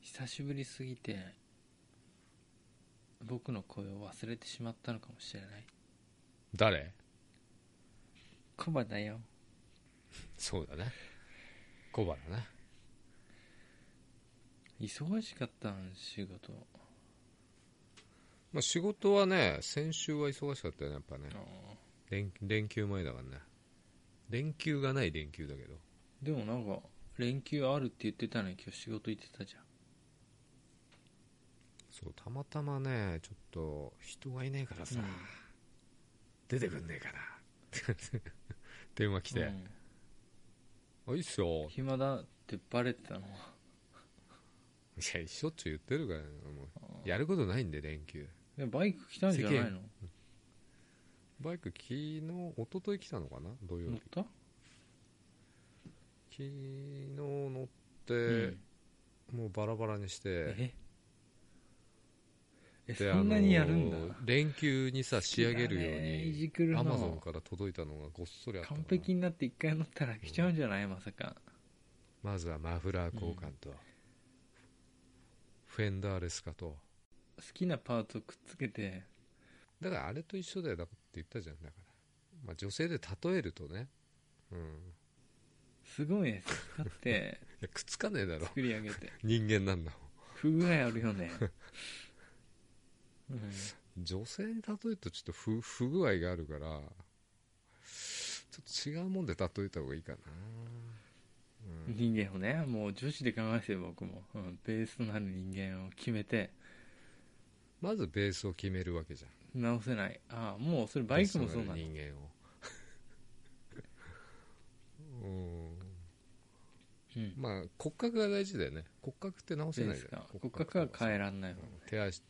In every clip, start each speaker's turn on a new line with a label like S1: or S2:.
S1: 久しぶりすぎて僕の声を忘れてしまったのかもしれない
S2: 誰
S1: コバだよ
S2: そうだな小原な
S1: 忙しかったん仕事
S2: まあ、仕事はね先週は忙しかったよねやっぱね
S1: ああ
S2: 連連休前だからね連休がない連休だけど
S1: でもなんか連休あるって言ってたのに今日仕事行ってたじゃん
S2: そうたまたまねちょっと人がいないからさ、
S1: うん
S2: 出てくんねえかな 電話来て
S1: うん
S2: 「あいいっすよ」
S1: 暇だってバレてたの
S2: いやしょっちゅう言ってるから、ね、もうやることないんで連休
S1: でバイク来たんじゃないの
S2: バイク昨日一昨日来たのかな土曜
S1: 乗っ、
S2: 日
S1: た
S2: 昨日乗って、
S1: うん
S2: もうバラバラにして
S1: ええそ
S2: で
S1: んなにやるんだ
S2: あの連休にさ仕上げるよう
S1: い
S2: に
S1: じくる
S2: アマゾン
S1: の
S2: から届いたのがごっそりあったの
S1: 完璧になって一回乗ったら来ちゃうんじゃないまさか
S2: まずはマフラー交換と、フェンダーレス化と
S1: 好きなパーツをくっつけて
S2: だからあれと一緒だよだって言ったじゃんだから、まあ、女性で例えるとねうん
S1: すごいね使って
S2: いやくっつかねえだろ
S1: 作り上げて
S2: 人間なんだもん
S1: 不具合あるよね、うん、
S2: 女性に例えるとちょっと不不具合があるからちょっと違うもんで例えた方がいいかな、うん
S1: 人間をねもう女子で考えてよ僕も、うん、ベースとなる人間を決めて
S2: まずベースを決めるわけじゃん
S1: 直せないああもうそれバイクもそうなの
S2: 人間をうん
S1: うん
S2: まあ骨格が大事だよね骨格って直せ
S1: ベ
S2: な
S1: ー
S2: い
S1: ス
S2: じゃ
S1: か
S2: ん
S1: 骨格は変えらんないもん
S2: 手足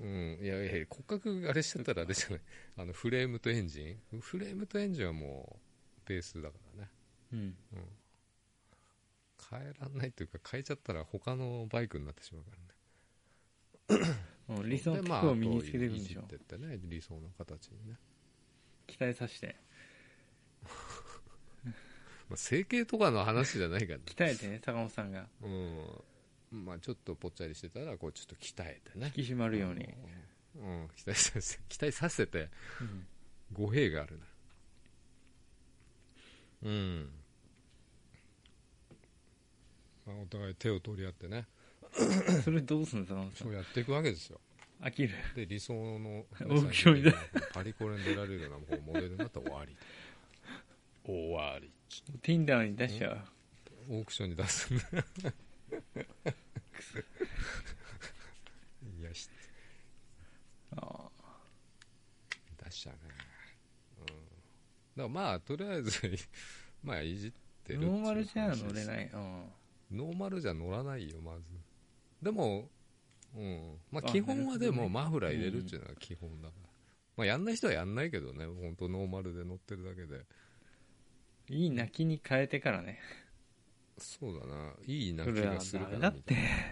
S2: うんいやいやいや骨格あれしちゃったらあれ じゃないあのフレームとエンジンフレームとエンジンはもうベースだからね
S1: うん
S2: 変えらんないというか変えちゃったら他のバイクになってしまうからね
S1: うん理想の
S2: でまあ
S1: 服を身につけていくんでし
S2: あ
S1: ょ
S2: といじってってね理想の形にね、
S1: 期待させて
S2: まあ、整形とかの話じゃないからね
S1: 鍛えてね坂本さんが
S2: うんまあちょっとぽっちゃりしてたらこうちょっと鍛えてね
S1: 引き締まるように、
S2: うん期待させ 期待させて
S1: うん
S2: 語弊があるなうん、まあ、お互い手を取り合ってね
S1: それどうすんの坂本さ
S2: そうんやっていくわけですよ
S1: 飽きる
S2: で理想の、ね
S1: 大きいね
S2: パリコレに出られるようなもうモデルになったら終わり終わり
S1: Tinder に出しちゃう
S2: オークションに出すんだ いやし
S1: ああ
S2: 出したね、うん、だからまあとりあえず まあいじってるっていう
S1: ノーマルじゃ乗れ
S2: い
S1: ないうん
S2: ノーマルじゃ乗らないよまずでもうんまあ
S1: あ
S2: 基本はで
S1: なるほどね
S2: もマフラー入れるっていうのは基本だから、まあやんない人はやんないけどね本当ノーマルで乗ってるだけで
S1: いい泣きに変えてからね
S2: そうだないいな
S1: そ
S2: 気
S1: れは
S2: がす
S1: ダ
S2: るか
S1: メだ
S2: ら
S1: っ
S2: みたい
S1: て
S2: な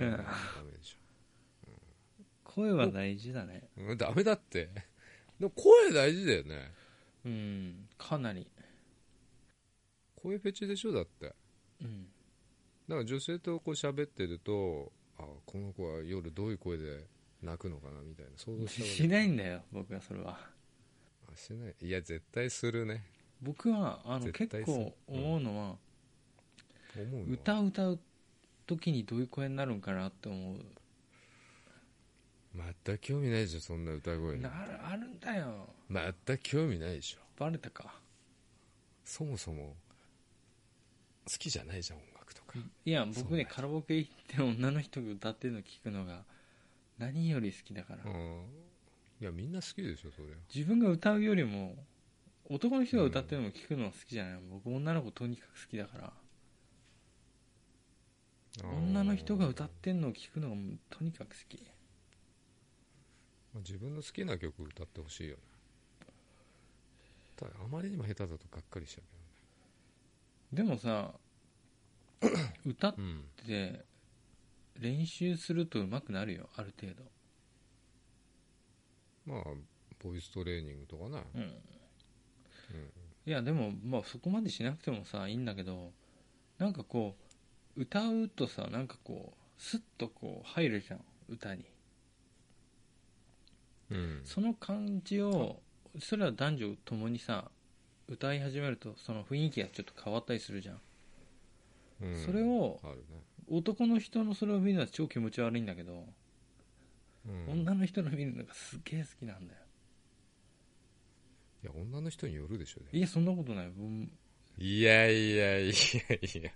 S2: 変えないとダメでし
S1: 声は大事だね
S2: ょ、うん、ダメだってでも声大事だよね
S1: うんかなり
S2: 声フェチでしょだって
S1: うん
S2: だから女性とこう喋ってるとあこの子は夜どういう声で泣くのかなみたいな想像した
S1: しないんだよ僕はそれは
S2: あしないいや絶対するね
S1: 僕はあの
S2: 絶
S1: 結
S2: 対そう
S1: 構思うのは、
S2: 思うの
S1: 歌を歌う時にどういう声になるんかなって思う、
S2: 全く興味ないでしょそんな歌声に
S1: なるあるんだよ
S2: 全く興味ないでしょ
S1: バレたか
S2: そもそも好きじゃないじゃん音楽とか、
S1: いや
S2: そ
S1: 僕
S2: うなん
S1: ね
S2: や
S1: カラオケ行って女の人が歌ってるの聞くのが何より好きだから、
S2: うんいやみんな好きでしょそれ
S1: 自分が歌うよりも男の人が歌ってるのを聞くのが好きじゃない、僕女の子とにかく好きだから女の人が歌
S2: あ
S1: ってるのを聞くのがもうとにかく好き
S2: ー自分の好きな曲歌ってほしいよねただあまりにも下手だとがっかりしちゃう
S1: でも さ歌っ
S2: けどね
S1: て練習すると上手くなるよある程度
S2: うんまあボイストレーニングとかな、
S1: うんいやでもまあそこまでしなくてもさいいんだけどなんかこう歌うとさなんかこうスッとこう入るじゃん歌に
S2: うん
S1: その感じをそれは男女ともにさ歌い始めるとその雰囲気がちょっと変わったりするじゃん
S2: うん
S1: それを
S2: あるね
S1: 男の人のそれを見るのは超気持ち悪いんだけど、
S2: うん
S1: 女の人の見るのがすげえ好きなんだよ
S2: いや女の人によるでしょうね
S1: いやそんなことないうん
S2: いやいやいやいや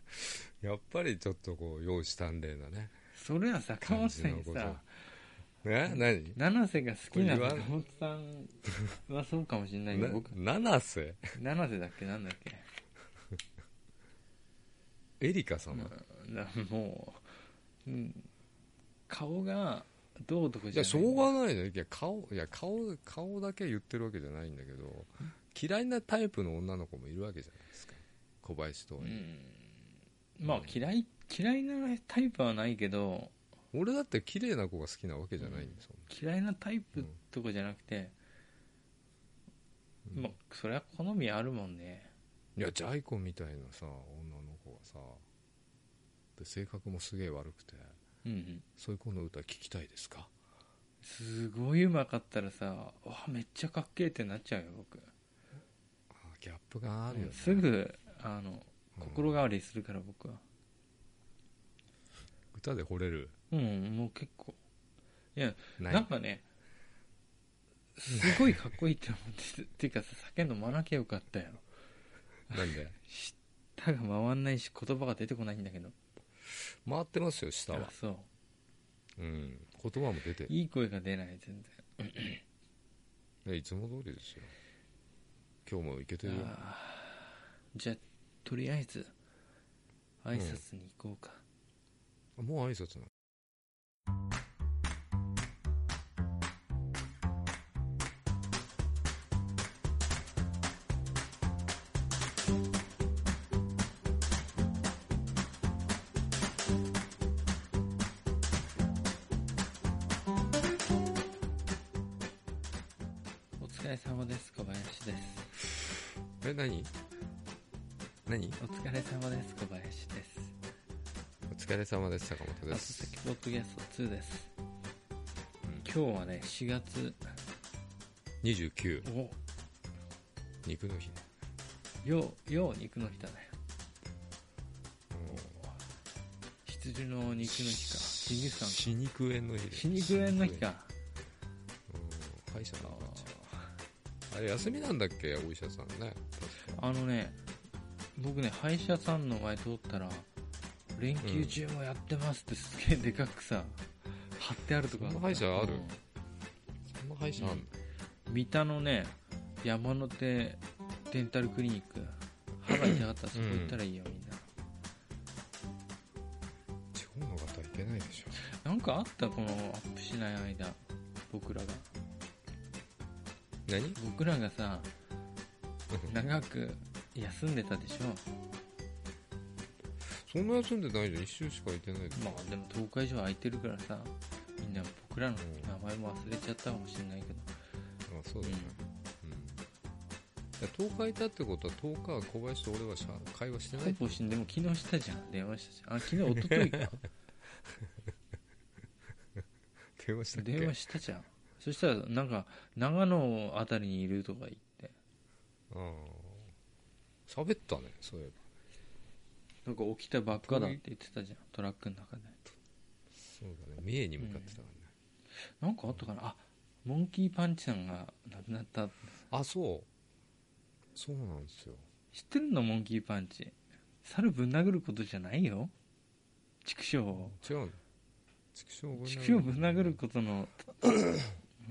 S2: やっぱりちょっとこう容姿端麗なね
S1: それは坂本さんに
S2: 感じのこ
S1: さ
S2: え何
S1: 七瀬が好きな
S2: これ言わ
S1: 坂
S2: ん
S1: 本さんはそうかもしれないけど
S2: な
S1: 僕
S2: 七瀬
S1: 七瀬だっけなんだっけ
S2: エリカ様、
S1: なもう、うん、顔がどうとか
S2: い
S1: じゃ
S2: や
S1: ない
S2: しょうがないのいや顔いや顔顔だけ言ってるわけじゃないんだけど嫌いなタイプの女の子もいるわけじゃないですか小林と、
S1: うんまあ嫌い嫌いなタイプはないけど
S2: 俺だって綺麗な子が好きなわけじゃないんですよ、
S1: 嫌いなタイプとかじゃなくて、
S2: うん
S1: まあそれは好みあるもんね
S2: いやジャイコみたいなさ女の子がさで性格もすげえ悪くて
S1: うんうん
S2: そういう子の歌聞きたいですか
S1: すごいうまかったらさわめっちゃかっけえってなっちゃうよ僕
S2: あギャップがあるよね、
S1: すぐあの
S2: うん
S1: 心変わりするから僕は
S2: 歌で惚れる
S1: うん、もう結構いや
S2: ない
S1: なんかねすごいかっこいいって思って ていうかさ叫んのまなきゃよかったよ
S2: なんで
S1: 舌が回んないし言葉が出てこないんだけど
S2: 回ってますよ下
S1: あ
S2: は
S1: そう
S2: うん言葉も出て
S1: いい声が出ない全
S2: いやいつも通りですよ今日もいけて
S1: 然
S2: るよ
S1: あーじゃあとりあえず挨拶に行こうか、
S2: あもう挨拶なの
S1: お疲れ様です小林です
S2: え何何
S1: お疲れ様です小林です
S2: お疲れ様です坂本
S1: 後
S2: です
S1: 先ポッドキャスト2です、
S2: うん
S1: 今日はね4月
S2: 29
S1: お
S2: 肉の日
S1: ようよう肉の日だね
S2: うん
S1: 羊の肉の日かジンギス
S2: 死肉炎の日
S1: カン
S2: で
S1: 死肉炎の日か
S2: うん歯医者さんになっちゃうあれ休みなんだっけお医者さんね
S1: あのね僕ね歯医者さんの前通ったら連休中もやってますってすげえでかくさ貼ってあるとこあった
S2: そんな歯医者ある
S1: うん
S2: そんな歯医者あんの
S1: 三田のね山手デンタルクリニック歯が痛かったらそこ行ったらいいよみんな、
S2: 地方の方行けないでしょ
S1: なんかあったこのアップしない間僕らが
S2: 何
S1: 僕らがさ長く休んでたでしょ
S2: そんな休んでないじゃん一週しか行ってないでし
S1: ま
S2: ょ
S1: あでも10日以上空いてるからさみんな僕らの名前も忘れちゃったかもしれないけど
S2: あそうだね、うん10日いたってことは10日は小林と俺はしゃ会話してな
S1: ほ
S2: い
S1: ぼ死んでも昨日したじゃん電話したじゃんあ昨日一昨日か
S2: 電話したっけ
S1: 電話したじゃんそしたらなんか長野あたりにいるとか言って
S2: うん喋ったねそういえ
S1: な
S2: ば
S1: んか起きたばっかだって言ってたじゃんトラックの中で
S2: そうだね三重に向かってたからね、
S1: なんかあったかなあモンキーパンチさんが亡くなった
S2: あそうそうなんですよ
S1: 知ってるのモンキーパンチ猿ぶん殴ることじゃないよ畜生を
S2: 違うの畜生をぶん殴る
S1: 畜生をぶん殴ることの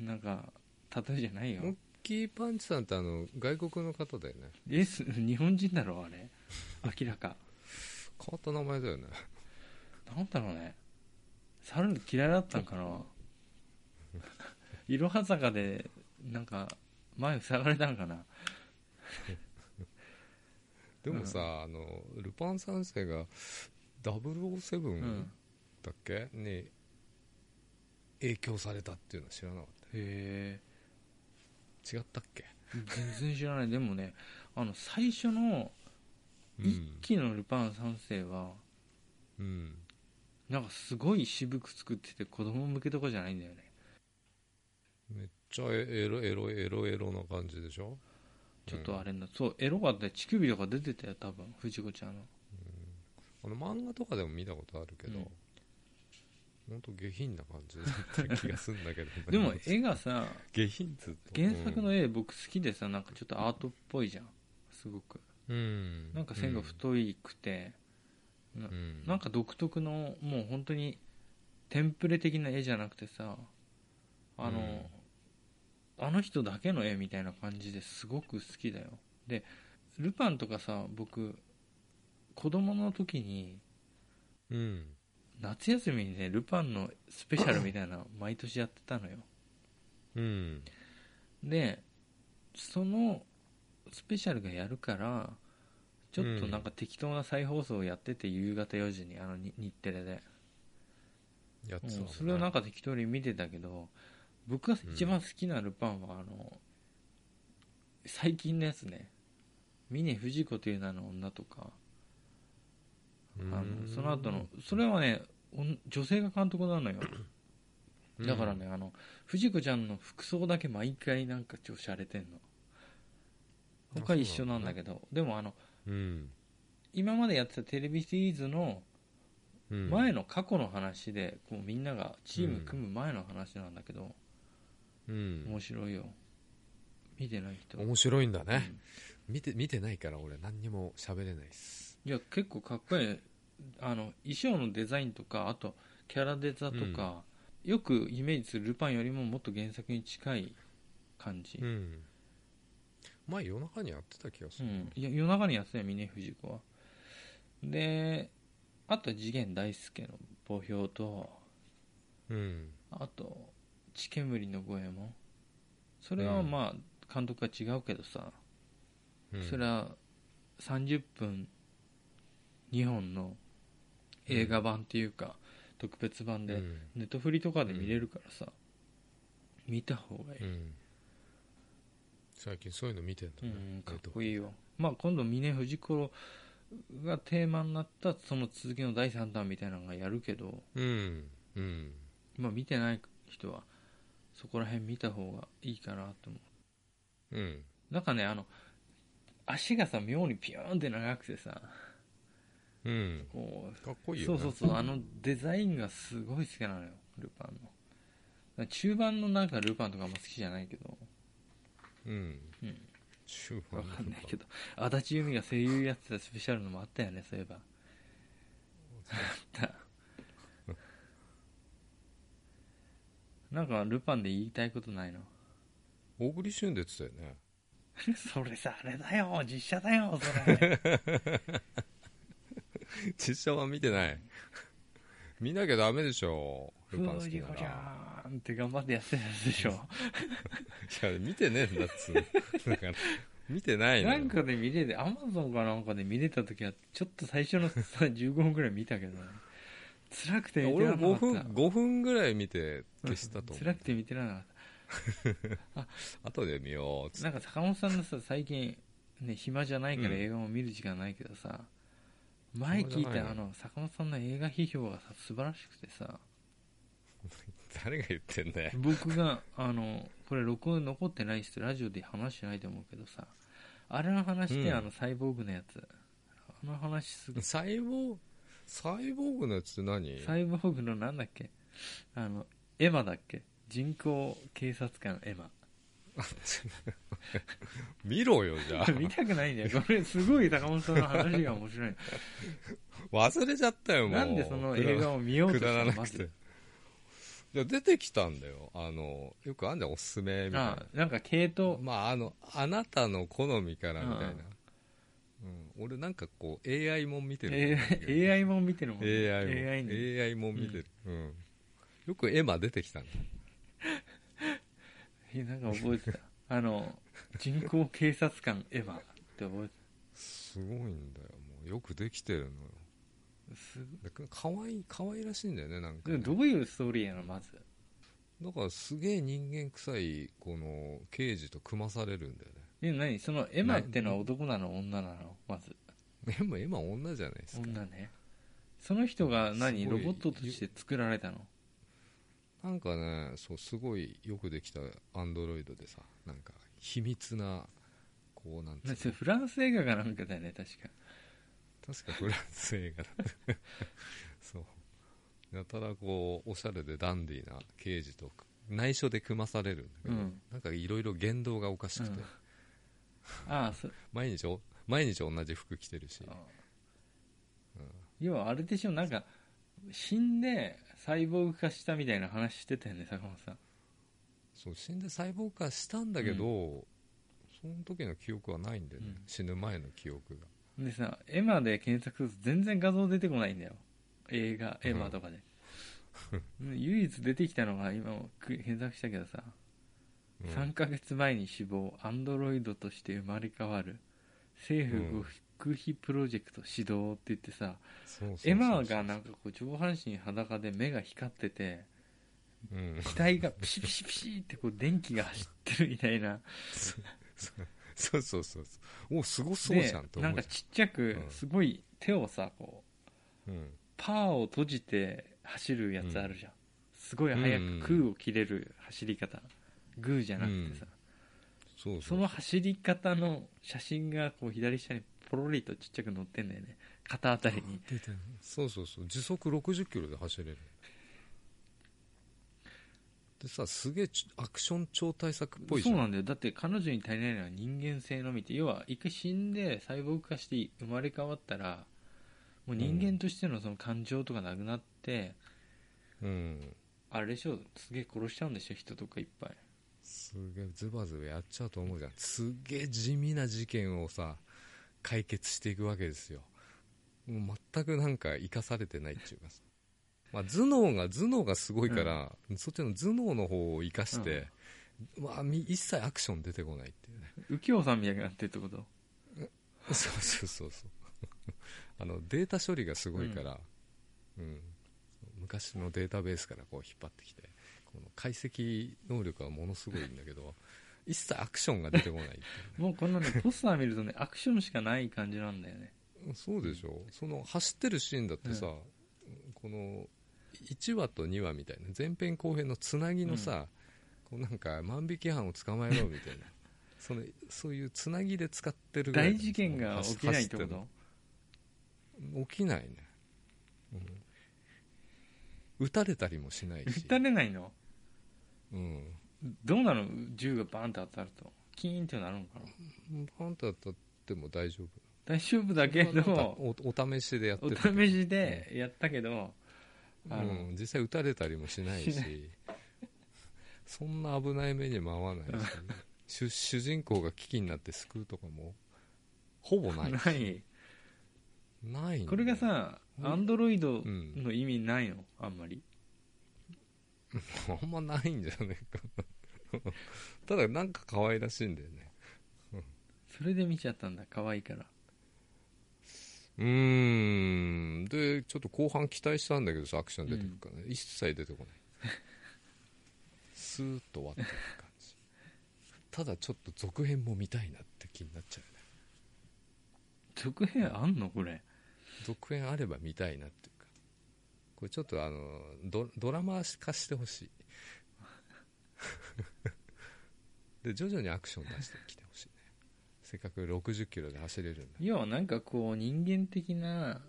S1: なんか例えじゃないよ
S2: モンキーパンチさんってあの外国の方だよね
S1: エース日本人だろあれ明らか
S2: 変わった名前だよね
S1: なんだろうね猿嫌いだったん かないろは坂でなんか前塞がれたんかな
S2: でもさ、あのルパン三世が
S1: うん、
S2: 007だっけ、に影響されたっていうのは知らなかっ
S1: へえ
S2: た違ったっけ
S1: 全然知らないでもねあの最初の
S2: う
S1: 一
S2: ん
S1: 期のルパン三世は
S2: うん
S1: なんかすごい渋く作ってて子供向けとかじゃないんだよね
S2: めっちゃエロエロエロエロな感じでしょ
S1: ちょっとあれな、そうエロかったよ乳首とか出てたよ多分藤子ちゃんの
S2: あの漫画とかでも見たことあるけど、
S1: うん
S2: ほんと下品な感じだった気がするんだけど
S1: でも絵がさ
S2: 下品っつうと
S1: 原作の
S2: 絵
S1: 絵僕好きでさなんかちょっとアートっぽいじゃんすごく
S2: うん
S1: なんか線が太いくて、
S2: うん、うん
S1: なんか独特のもう本当にテンプレ的な絵じゃなくてさあの、
S2: うん
S1: あの人だけの絵みたいな感じですごく好きだよでルパンとかさ僕子供の時に
S2: うん
S1: 夏休みにねルパンのスペシャルみたい なの毎年やってたのよ
S2: うん
S1: でそのスペシャルがやるからちょっとなんか適当な再放送をやってて夕方4時にあのに日テレで、
S2: やって
S1: う
S2: た
S1: ん
S2: もんね
S1: それをなんか適当に見てたけど僕が一番好きなルパンはあの、最近のやつね峰不二子という名の女とか
S2: う
S1: あ
S2: ん
S1: のその後のそれはねおん女性が監督なのよ
S2: うん
S1: だからね、あの藤子ちゃんの服装だけ毎回なんか調子荒れてんの
S2: あ
S1: 他一緒なんだけどでもあの
S2: うん、
S1: 今までやってたテレビシリーズの
S2: うん、
S1: 前の過去の話で、こうみんながチーム組む前の話なんだけど、
S2: うん
S1: 面白いよ見てない人
S2: 面白いんだね、見て見てないから俺何にも喋れないっす
S1: いや結構かっこいいあの衣装のデザインとかあとキャラデザとか、よくイメージするルパンよりももっと原作に近い感じ、
S2: うん前夜中にやってた気がす
S1: う
S2: る、
S1: ん、いや夜中にやってたよ峰不二子はであと次元大介の墓標と
S2: うん
S1: あと血煙の五右衛門それはまあ監督は違うけどさ、
S2: うん、
S1: それは30分2本の映画版っていうか、特別版
S2: う
S1: で
S2: ん
S1: ネットフリとかで見れるからさ、見た方がいい、
S2: うん最近そういうの見てんだ
S1: う
S2: ね
S1: ん、かっこ
S2: い
S1: いいよ、まあ、今度峰不二子がテーマになったその続きの第3弾みたいなのがやるけど、
S2: うんうん
S1: まあ、見てない人はそこら辺見た方がいいかなと思
S2: うん
S1: うなんかねあの足がさ妙にピューンって長くてさ
S2: うん
S1: こ
S2: かっこ
S1: う
S2: いいよ
S1: そ
S2: ね
S1: うそうそうあのデザインがすごい好きなのよルパンのだから中盤のなんかルパンとかあんま好きじゃないけど
S2: うん
S1: うん
S2: 中
S1: わ
S2: 盤
S1: かんないけど足立由美が声優やってたスペシャルのもあったよねそういえばあった なんかルパンで言いたいことないの
S2: 大栗旬出てたよね
S1: それさあれだよ実写だよそれ
S2: 実写は見てない見なきゃダメでしょ ルパン好き
S1: 藤
S2: な
S1: 子
S2: ら
S1: ちゃんって頑張ってやってたやつでしょ
S2: いや見てねえんだっつうのだから見てないの
S1: な
S2: よ
S1: んかで見れてアマゾンかなんかで見れた時はちょっと最初のさ 15分くらい見たけど辛くて見て
S2: 俺
S1: ら
S2: は
S1: んな
S2: 5
S1: かっ
S2: 分
S1: た
S2: 5分ぐらい見て消したと思
S1: 辛
S2: う
S1: くて見てらんなかった
S2: 後で見ようっつって
S1: なんか坂本さんのさ最近、ね、暇じゃないから
S2: うん
S1: 映画も見る時間ないけどさ、前聞い
S2: 暇じ
S1: た
S2: ゃな
S1: あ
S2: いの
S1: の坂本さんの映画批評がさ素晴らしくてさ
S2: 誰が言ってんだよ
S1: 僕があのこれ録音残ってないっすラジオで話してないと思うけどさあれの話で、
S2: うん
S1: あのサイボーグのやつあの話すごい
S2: サイボーサイボーグのやつって何
S1: サイボーグのなんだっけあのエマだっけ人工警察官のエマ
S2: 見ろよじゃあ
S1: 見たくないんだよこれすごい坂本さんの話が面白 い
S2: 忘れちゃったよもう
S1: なんでその映画を見ようと
S2: く
S1: した
S2: だ
S1: の
S2: らな
S1: ま
S2: く
S1: ず
S2: ていや出てきたんだよあのよくあんだよおすすめみたい
S1: あ
S2: な
S1: なんか系統
S2: まああのあなたの好みからみたいな
S1: うん、
S2: うん、俺なんかこう AI も見てる、
S1: えー AI も見てるもん
S2: AI も
S1: AI に
S2: AI も見てる、うんよくエマ出てきたんだ
S1: えなんか覚えてたあの人工警察官エヴァって覚えて
S2: すごいんだよもうよくできてるのよ
S1: たす
S2: だから可愛い可愛らしいんだよねなんか
S1: で
S2: ね、
S1: もどういうストーリーやのまず
S2: だからすげえ人間臭いこの刑事と組まされるんだよ
S1: え何そのエマってのは男なの女なのまず
S2: ねエマエマ女じゃないですか
S1: 女ねその人が何
S2: す
S1: ロ
S2: ごい
S1: ボットとして作られたの
S2: なんかねそうすごいよくできたアンドロイドでさなんか秘密なこうなんて
S1: な
S2: いう
S1: それ
S2: の
S1: フランス映画かなんかだよね確か
S2: 確かフランス映画だ ったそうやたらこうおしゃれでダンディーな刑事と内緒で組まされるんだけど、
S1: うん
S2: なんかいろいろ言動がおかしくて、
S1: うんああそ
S2: 毎日お毎日同じ服着てるし
S1: あ要はあれでしょなんか死んでサイボーグ化したみたいな話してたよね坂本さん
S2: そう死んで細胞化したんだけど、その時の記憶はないんだよね、
S1: うん
S2: 死ぬ前の記憶が
S1: でさエマで検索すると全然画像出てこないんだよ映画エマとかで、唯一出てきたのが今もく検索したけどさ、
S2: うん
S1: 3ヶ月前に死亡アンドロイドとして生まれ変わる政府極秘プロジェクト始動って言ってさ、
S2: そうそうそうそう
S1: エマがなんかこう上半身裸で目が光ってて
S2: うん
S1: 機体がピシピシピシってこう電気が走ってるみたいな
S2: そうそうそうそうおすご そうじゃんと
S1: でな
S2: 思
S1: ん
S2: う
S1: か
S2: じ
S1: ちっちゃく
S2: うん
S1: すごい手をさこう
S2: ゃん、うん、
S1: パーを閉じて走るやつあるじゃん、すごい速
S2: うんうん
S1: く空を切れる走り方、グーじゃなくてさ、
S2: そうそう
S1: その走り方の写真がこう左下にポロリとちっちゃく載ってんだよね肩あたりに
S2: 出てるそうそうそう時速60キロで走れるでさすげえちアクション超大作っぽい
S1: そ
S2: じゃ
S1: うんなんだよだって彼女に足りないのは人間性のみって要は一回死んで細胞化して生まれ変わったらもう人間としてのその感情とかなくなって、
S2: うん
S1: あれでしょすげえ殺しちゃうんでしょ人とかいっぱい
S2: すげえズバズバやっちゃうと思うじゃんすげえ地味な事件をさ解決していくわけですよもう全くなんか生かされてないっていうかさ、まあ、頭脳が頭脳がすごいから、そっちの頭脳の方を生かして、まあ、み一切アクション出てこないっていうね
S1: 右京さんみたいになってるってこと
S2: そうそうそうそう あのデータ処理がすごいから、うん昔のデータベースからこう引っ張ってきてこの解析能力はものすごいんだけど 一切アクションが出てこないっていう
S1: もうこんなね、ポスター見るとね、アクションしかない感じなんだよね。
S2: ねそうでしょその走ってるシーンだってさ、この1話と2話みたいな前編後編のつなぎのさ、こうなんか万引き犯を捕まえろみたいなそのそういうつなぎで使ってるぐらい
S1: 大事件が起きないってこ
S2: 走
S1: と
S2: 起きないね、うん、撃たれたりもしないし
S1: 撃たれないの
S2: うん
S1: どうなの銃がバーンって当たると。キーンってなるのかな
S2: パンと当たっても大丈夫
S1: 大丈夫だけ
S2: なんか
S1: ど、
S2: おお試しでやって
S1: お
S2: る
S1: 試しでやったけど、
S2: う
S1: あの
S2: ん、実際撃たれたりもしないし
S1: しな
S2: そんな危ない目にも合わない し、主主人公が危機になって救うとかもほぼないし
S1: ない。
S2: ないんだよ
S1: これがさ、アンドロイド
S2: うん
S1: の意味ないのあんまり。
S2: あんまないんじゃないかなただなんか可愛らしいんだよね
S1: それで見ちゃったんだ、可愛いから。
S2: うーんでちょっと後半期待したんだけどさアクション出てくるからね、一切出てこない スーッと終わってる感じただちょっと続編も見たいなって気になっちゃうね
S1: 続編あんのこれ。
S2: 続編あれば見たいなっていうかこれちょっとあのドドラマ化してほしい で徐々にアクション出してきてほしいねせっかく60キロで走れるんだ
S1: 要はなんかこう、人間的な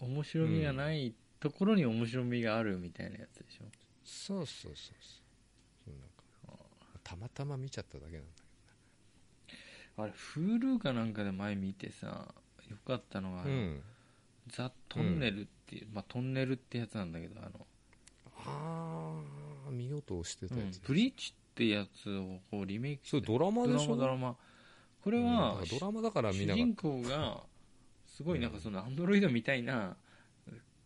S1: 面白みがないところに面白みがあるみたいなやつでしょ。
S2: そうそうそうそうそうなんかたまたま見ちゃっただけなんだ
S1: あれ Hulu かなんかで前見てさよかったのが、
S2: うん、
S1: ザ・トンネルっていう、まあ、トンネルってやつなんだけどあの、
S2: ああ見ようとしてたや
S1: うん
S2: つ、
S1: ブリーチってやつをこうリメイク
S2: そ
S1: し
S2: れ
S1: て
S2: ドラマでしょ
S1: ドラマこれ
S2: うんだ
S1: は
S2: から、ドラマだから見
S1: 主
S2: なかっ
S1: 人公がすごいなんかそのアンドロイドみたいな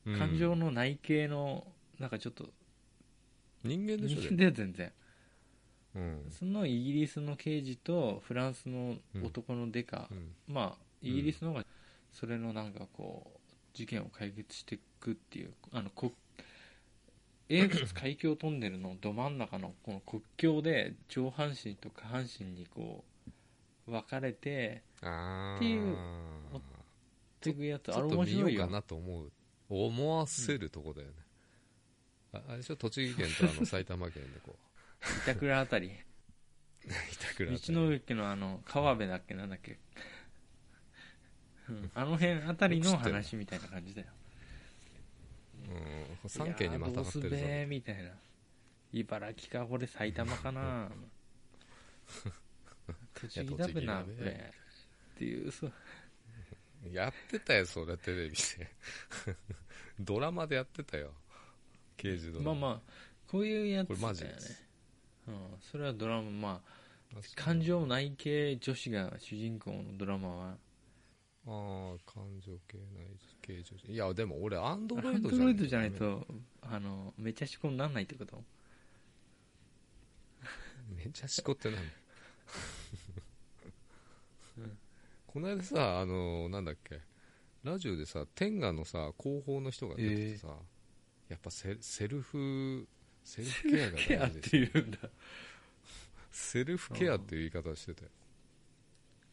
S2: た、うん
S1: 感情の内系のなんかちょっと
S2: 人間でしょ
S1: 人間
S2: でも
S1: だよ全然
S2: うん
S1: そのイギリスの刑事とフランスの男のデカ、
S2: うん
S1: まあイギリスの方がそれのなんかこう事件を解決していくっていうあの国英仏海峡トンネルのど真ん中のこの国境で上半身と下半身にこう分かれて
S2: ああ
S1: っていうって
S2: ち
S1: いくやつあ
S2: ょ
S1: れ
S2: っと
S1: 面
S2: 見よ
S1: 白いう
S2: か
S1: よ
S2: なと思う思わせるとこだよね、ああれでしょ栃木県とあの埼玉県でこう
S1: 板倉あたり
S2: 板倉
S1: 道
S2: 辺り
S1: の駅のあの川辺だっけなんだっけ、うん、あの辺あたりの話みたいな感じだよ
S2: うん、3県にまたがってる
S1: いやーどうすべ
S2: ぞ
S1: ーみたいな茨城かこれ埼玉か な栃木だべなこ
S2: 栃木だべ
S1: れっていうそう
S2: やってたよそれテレビで ドラマでやってたよ刑事ドラ
S1: ま
S2: マ
S1: あまあこういうやつだよ
S2: これマ
S1: ね
S2: ジです
S1: うん、それはドラマまあ
S2: あ
S1: 感情ない系女子が主人公のドラマは
S2: あー感情系ない形状いやでも俺アンド
S1: ア
S2: ロイ
S1: ン
S2: ド
S1: ド
S2: じゃ
S1: ロ
S2: ない
S1: イドじゃないとあのめちゃしこになんないってこと
S2: めっちゃしこってなんだこの間さあのなんだっけラジオでさ天下のさ広報の人が出ててさ、やっぱセセルフセルフケアが
S1: ケア
S2: 大
S1: っ
S2: 事です
S1: て いうんだ
S2: セルフケアっていう言い方してて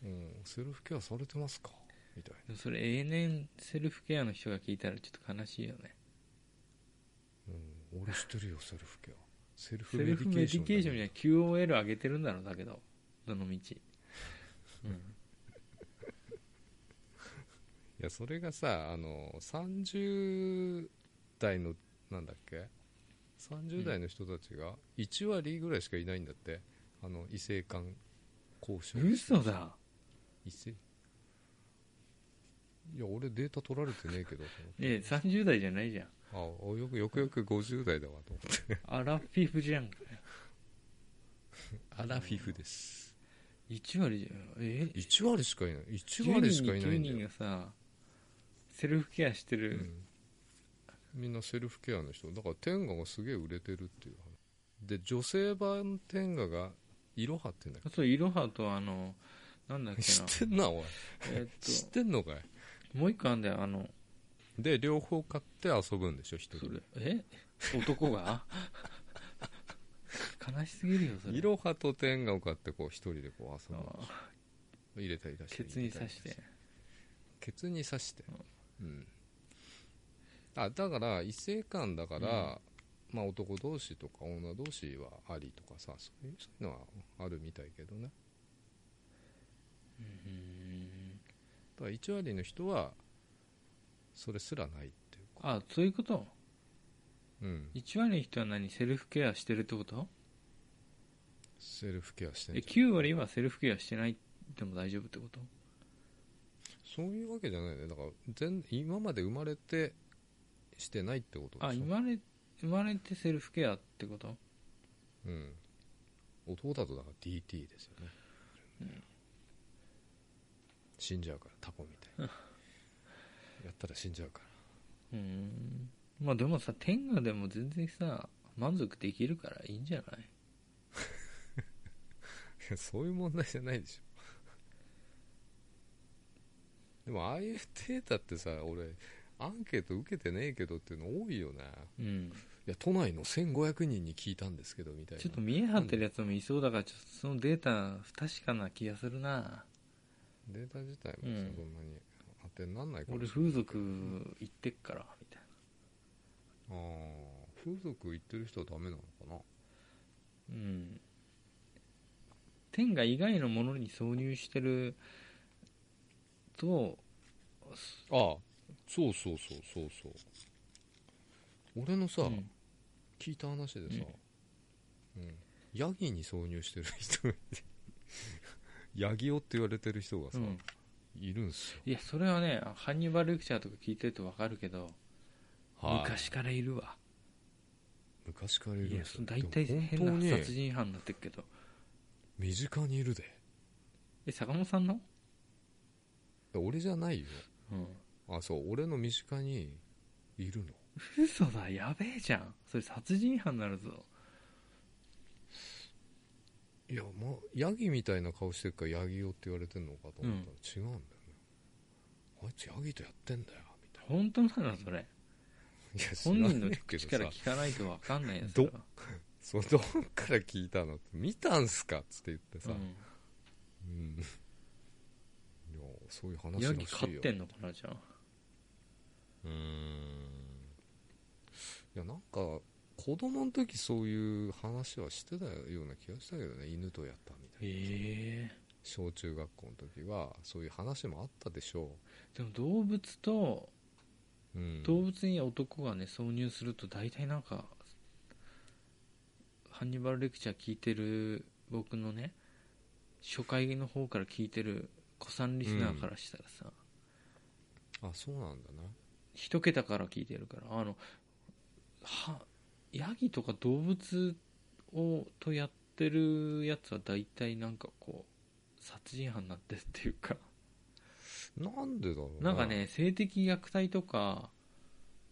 S2: うんセルフケアされてますかみたい
S1: でもそれ永年セルフケアの人が聞いたらちょっと悲しいよね
S2: な、うん、俺知ってるよセルフケアセルフ
S1: セ
S2: メデ
S1: ル
S2: ィケ
S1: フメデ
S2: ーショ
S1: ィ
S2: ン
S1: ケーション
S2: だ
S1: に
S2: よ
S1: は QOL 上げてるんだろうだけどどの道、うん、
S2: いやそれがさあの30代のなんだっけ30代の人たちが1割ぐらいしかいないんだって、あの異性間交渉
S1: 嘘だ
S2: 異性いや俺データ取られてねえけどと思って
S1: ねえ30代じゃないじゃん
S2: あおよくよくよく50代だわと思って
S1: アラフィフじゃんか
S2: アラフィフです
S1: 1割じゃんえ
S2: 1割しかいない1
S1: 10
S2: 割
S1: 人
S2: し
S1: に
S2: かいない
S1: 9
S2: んだ
S1: 人
S2: よ
S1: がさセルフケアして
S2: う
S1: る、
S2: んみんなセルフケアの人だから天下がすげえ売れてるっていう話で女性版天下がいろはって言うんだっ
S1: あとイロハとあのなん だっけ
S2: け 知
S1: な
S2: ってんなおい
S1: え
S2: 知っ
S1: っと
S2: てんのかい
S1: もう一個あんだよあの
S2: で両方買って遊ぶんでしょ一
S1: そ
S2: 人
S1: れえ男 が悲しすぎるよそれ
S2: いろはと天下を買ってこう一人でこう遊ぶ
S1: ああ
S2: 入れたり出した
S1: ケ
S2: り
S1: ツに刺して
S2: ケツに刺してうんあだから異性間だから、まあ男同士とか女同士はありとかさそういうそういうのはあるみたいけどね
S1: うん
S2: だから1割の人はそれすらないっていうか、
S1: あそういうこと
S2: うん、
S1: 1割の人は何セルフケアしてるってこと
S2: セルフケアしてん
S1: え
S2: じゃん
S1: 9割はセルフケアしてないでも大丈夫ってこと
S2: そういうわけじゃないねだから全今まで生まれてしてないってこと
S1: あ
S2: でしょ
S1: 生まれ生まれてセルフケアってこと
S2: うん弟だとだから DT ですよね、死んじゃうからタコみたいに やったら死んじゃうから
S1: うんまあでもさ天下でも全然さ満足できるからいいんじゃない
S2: いや そういう問題じゃないでしょでもああいうデータってさ俺アンケート受けてねえけどっていうの多いよね
S1: うん
S2: いや都内の1500人に聞いたんですけどみたいな
S1: ちょっと見え張ってるやつもいそうだからちょっとそのデータ不確かな気がするな
S2: データ自体もさ、
S1: うん
S2: そんなに当てになんないかも
S1: 俺
S2: しれな
S1: 風
S2: い
S1: 俗行ってっからみたい
S2: あー風俗行ってる人はダメなのかな
S1: なうん天下以外のものに挿入してると
S2: ああそうそうそうそうそう俺のさ、
S1: うん
S2: 聞いた話でさ、うんヤギに挿入してる人がいて ヤギオって言われてる人がさ、
S1: うん
S2: いるんすよ、
S1: いやそれはねハンニバルレクチャーとか聞いてると分かるけど
S2: はい
S1: 昔からいるわ
S2: 昔からいる
S1: い
S2: ん
S1: や
S2: です
S1: そ
S2: よ
S1: の大体
S2: でも
S1: 変
S2: 本当に
S1: な殺人犯になってるけど
S2: 身近にいるで
S1: え坂本さんの
S2: 俺じゃないよ
S1: うん
S2: あそう俺の身近にいるの
S1: 嘘だやべえじゃんそれ殺人犯になるぞ
S2: いやまヤギみたいな顔してるからヤギオって言われてんのかと思ったら、違うんだよねあいつヤギとやってんだよみたい
S1: 本当なのそれ
S2: ないや
S1: 本人の
S2: 知らねえけ
S1: 口
S2: どさ
S1: から聞かないと分かんないやつだわ
S2: そうどっから聞いたの見たんすかっつって言ってさ、
S1: うん
S2: うんいやそういう話らしい
S1: ヤ
S2: よ
S1: ギ飼ってんのかなじゃあ
S2: うーんいやなんか子供の時そういう話はしてたような気がしたけどね犬とやったみたいな
S1: え
S2: 小中学校の時はそういう話もあったでしょ
S1: でも動物と
S2: う、うん、
S1: 動物に男がね挿入すると大体なんかハンニバルレクチャー聞いてる僕のね初回の方から聞いてる子さんリスナーからしたらさ、
S2: あそうなんだな
S1: 一桁から聞いてるからあのはヤギとか動物をとやってるやつは大体なんかこう殺人犯になってるっていうか
S2: なんでだろう
S1: なんかね性的虐待とか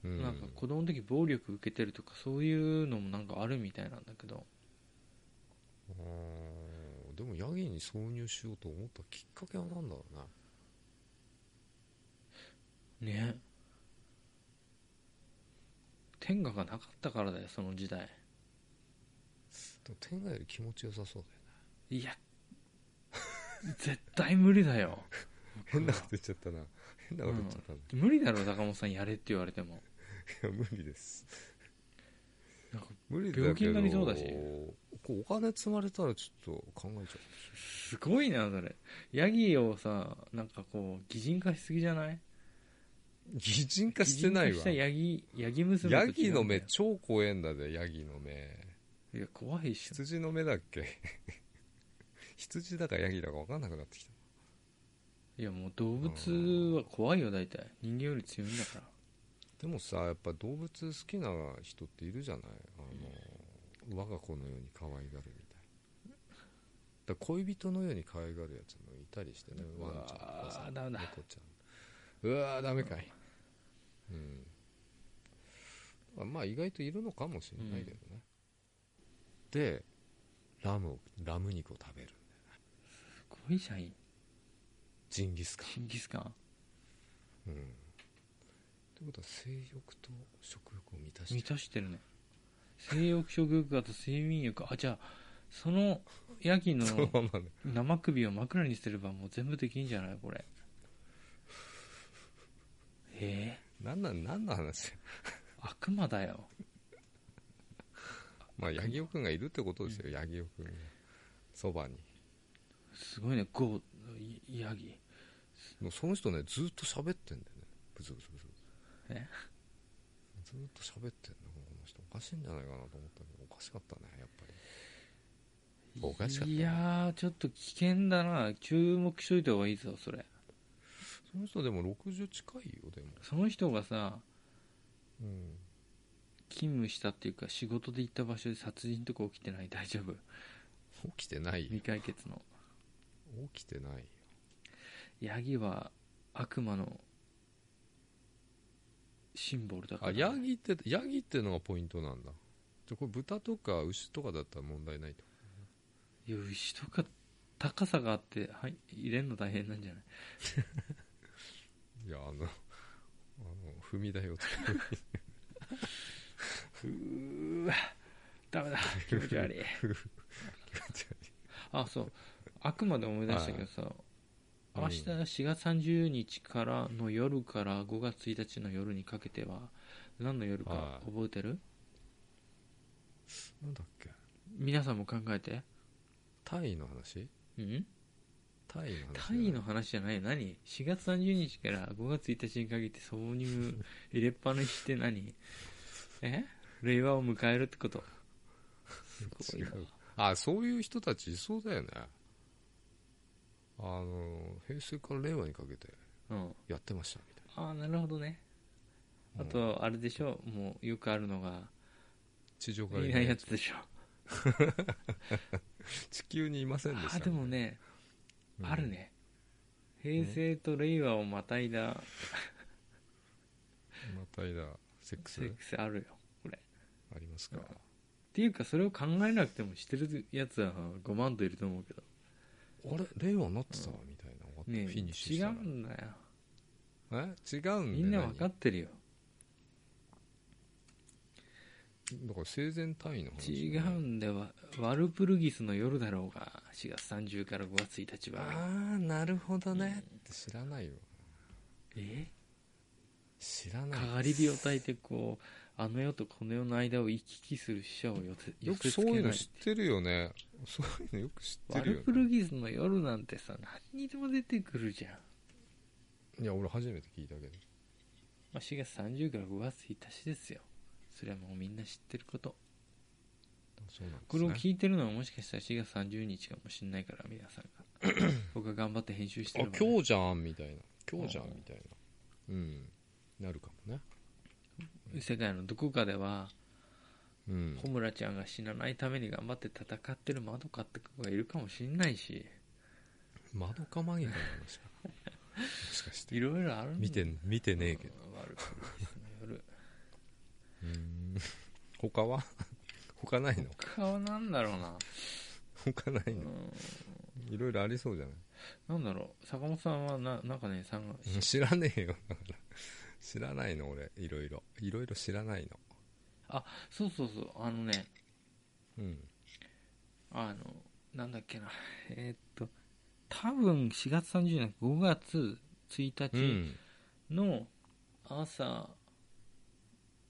S2: う
S1: なんか子供の時暴力受けてるとかそういうのもなんかあるみたいなんだけど
S2: あーでもヤギに挿入しようと思ったきっかけは何だろうな
S1: ね天下がなかったからだよその時代
S2: でも天下より気持ちよさそう
S1: いや 絶対無理だよ
S2: だよね変なこと言っちゃったな変なこと言っちゃったな、
S1: 無理だろ坂本さんやれって言われても
S2: いや無理です
S1: なんか
S2: 無理だけど
S1: 病気になりそうだし
S2: こうお金積まれたらちょっと考えちゃ
S1: すごいなそれヤギをさなんかこう擬人化しすぎじゃないう
S2: 擬人化してない
S1: 擬人化し
S2: わ
S1: たヤギヤギ娘と違
S2: ヤ
S1: うんだよ
S2: ギの目超怖えんだぜヤギの目
S1: いや怖いっしょ
S2: 羊の目だっけ 羊だかヤギだか分かんなくなってきた
S1: いやもう動物は怖いよ大体人間より強いんだから
S2: でもさやっぱ動物好きな人っているじゃないあの、我が子のように可愛がるみたいだから恋人のように可愛がるやつもいたりしてね
S1: う
S2: ワ
S1: わ
S2: ン
S1: ー
S2: ちゃんとかさ
S1: ダメだ
S2: 猫ちゃんうわーダメかいうん、あまあ意外といるのかもしれないけどね、でラムをラム肉を食べる
S1: すごいじゃん
S2: ジンギスカン
S1: ジンギスカン
S2: うんということは性欲と食欲を満たしてる
S1: 満たしてるね性欲食欲あと睡眠欲あじゃあそのヤギの
S2: そのままね
S1: 生首を枕にすればもう全部できんじゃないこれえ
S2: なんなんなんの話
S1: え悪魔だよ
S2: まあ、ヤギオくんがいるってことですよ、ヤギオくんが。そばに。
S1: すごいねゴーヤギ
S2: もうその人ね、ずっと喋ってんだよね。ブツブツブツブツ。
S1: え
S2: ずっと喋ってんの、この人。おかしいんじゃないかなと思ったけど、おかしかったね、やっぱり。おかしかったね
S1: いやーちょっと危険だな注目しといた方がいいぞそれ
S2: その人でも60近いよ、でも。
S1: その人がさ
S2: うん。
S1: 勤務したっていうか仕事で行った場所で殺人とか起きてない大丈夫
S2: 起きてないよ
S1: 未。解決の
S2: 起きてないよ。
S1: ヤギは悪魔のシンボルだか
S2: あ、
S1: ら、
S2: ヤギって、ヤギってのがポイントなんだ。じゃ、これ豚とか牛とかだったら問題ないと。
S1: いや牛とか高さがあって、はい、入れるの大変なんじゃない
S2: いや、あの、あの、踏み台を作る。
S1: ふうわダメだ気持ち悪 いあそうあくまで思い出したけどさ、
S2: うん
S1: 明日4月30日からの夜から5月1日の夜にかけては何の夜か
S2: はい
S1: 覚えてる、
S2: なんだっけ
S1: 皆さんも考えて
S2: タイの話
S1: うん
S2: タイの話
S1: タイの話じゃないよ何4月30日から5月1日にかけて挿入 入れっぱなしって何え令和を迎えるってことすごいな
S2: 違うあそういう人たちいそうだよねあの平成から令和にかけて
S1: うん
S2: やってましたみたい
S1: ああなるほどね
S2: な
S1: あとあれでしょもうよくあるのが
S2: 地上から
S1: いないやつでしょ
S2: 地球にいませんでし
S1: あ
S2: た
S1: あでもね
S2: うん
S1: あるね平成と令和をまたいだ
S2: またいだセックス
S1: セックスあるよこれ
S2: ありますか
S1: っていうかそれを考えなくてもしてるやつは5万といると思うけど
S2: あれ令和になってたわみたいな終わって
S1: ね
S2: フィニッシュ
S1: 違
S2: したら
S1: うんだよ
S2: え違うんだ
S1: みんな分か
S2: っ
S1: ってるよ
S2: だから生前タイの話
S1: 違うんだよわワルプルギスの夜だろうが4月30から5月1日
S2: あ
S1: は
S2: あなるほどねって知らないよ
S1: え
S2: 知らない
S1: かがり火を焚いてこうあの世とこの世の間を行き来する死者を寄せ
S2: よ
S1: 寄
S2: く
S1: せ
S2: そ
S1: つ
S2: う
S1: け
S2: いう
S1: な
S2: の
S1: い
S2: 知ってるよねそういうのよく知って
S1: ワ
S2: る
S1: ル
S2: よ
S1: プ
S2: ね
S1: ルギスの夜なんてさ何にでも出てくるじゃん、
S2: いや俺初めて聞いたけど
S1: まあ、4月30から5月1日ですよそれはもうみんな知ってること
S2: そうなんですね
S1: これを聞いてるのはもしかしたら4月30日かもしれないから皆さんが 僕が頑張って編集して
S2: あ
S1: る
S2: 今日じゃんみたいな今日じゃん
S1: うん
S2: みたいなうんなるかもね
S1: 世界のどこかでは
S2: うん
S1: 穂村ちゃんが死なないために頑張って戦ってる窓かって子がいるかもしれないし
S2: 窓かまぎかの話かもしかし
S1: い
S2: て
S1: ろいろあるん
S2: 見て見てねえけど
S1: うん悪くないですね夜
S2: うーん他は他ないの
S1: 他はなんだろうな、
S2: 他な
S1: う
S2: いの
S1: ん、
S2: いろいろありそうじゃない
S1: なんだろう坂本さんはななんかねさんが
S2: うん知らねえよだから知らないの俺いろいろいろいろ知らないの
S1: そうそうそうあのね
S2: うん
S1: あのなんだっけなえーっと多分4月30日5月1
S2: う
S1: 日
S2: ん
S1: の朝、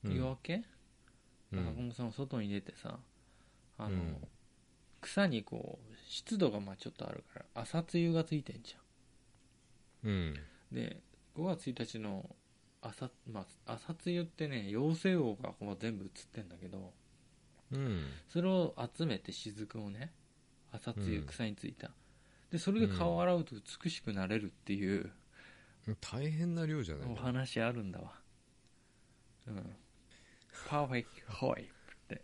S2: うん
S1: 夜明け、
S2: うん
S1: 坂本さんは外に出てさあの、
S2: うん
S1: 草にこう湿度がまあちょっとあるから朝露がついてんじ
S2: うん
S1: ゃんで5月1日の朝,、まあ、朝露ってね妖精王がこう全部映ってんだけど
S2: うん
S1: それを集めて雫をね朝露
S2: うん
S1: 草についた、でそれで顔を洗うと美しくなれるっていう
S2: 大変な量じゃない
S1: お話あるんだわうんパーフェクトホイップって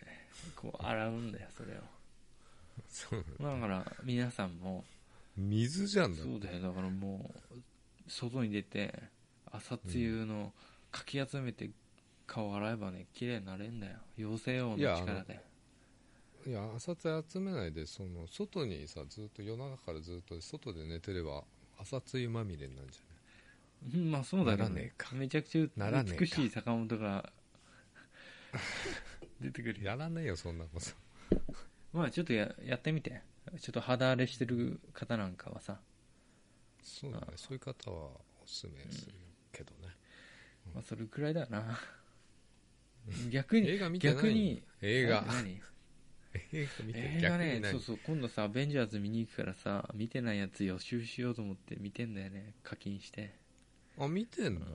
S1: こう洗うんだよそれを
S2: そうなの
S1: だから皆さんも
S2: 水じゃんだ
S1: そうだよだからもう外に出て朝露のかき集めて顔洗えばね綺麗になれんだよ妖精王の
S2: いや
S1: 力で
S2: いや朝露集めないでその外にさずっと夜中からずっと外で寝てれば朝露まみれになるんじ
S1: うんまあそうだけど
S2: ならねえか
S1: めちゃくち
S2: な
S1: ゃ
S2: らねえか
S1: 美しい坂本が 出てく
S2: ゃ
S1: る
S2: ない
S1: よ
S2: やらないよそんなこと
S1: まあちょっとややってみてちょっと肌荒れしてる方なんかはさ、
S2: そうだねそういう方はおすすめするけどね、
S1: まあ、それくらいだよな逆に
S2: 映画見てない
S1: 逆に
S2: 映画
S1: 何何
S2: 映画見て
S1: 映画
S2: 逆
S1: ね
S2: にない
S1: そうそう今度さ「アベンジャーズ」見に行くからさ見てないやつ予習しようと思って見てんだよね課金して
S2: あ見てんだ、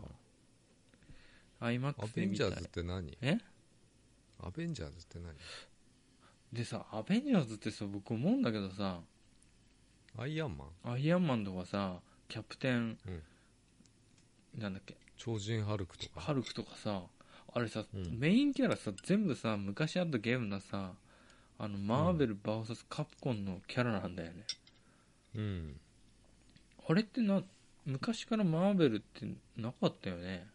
S2: ア
S1: iMAX
S2: ベ
S1: で
S2: ン
S1: 見
S2: ジ
S1: た
S2: ャ
S1: い
S2: ーズって何
S1: え
S2: アベンジャーズって何
S1: でさ「アベンジャーズ」ってさ僕思うんだけどさ
S2: アイアンマン
S1: アイアンマンとかさキャプテン、
S2: うん
S1: なんだっけ
S2: 超人ハルクとか
S1: ハルクとかさあれさ、
S2: うん
S1: メインキャラさ全部さ昔あったゲームのさあのマーベル VS カプコンのキャラなんだよね、
S2: うん
S1: あれってな昔からマーベルってなかったよね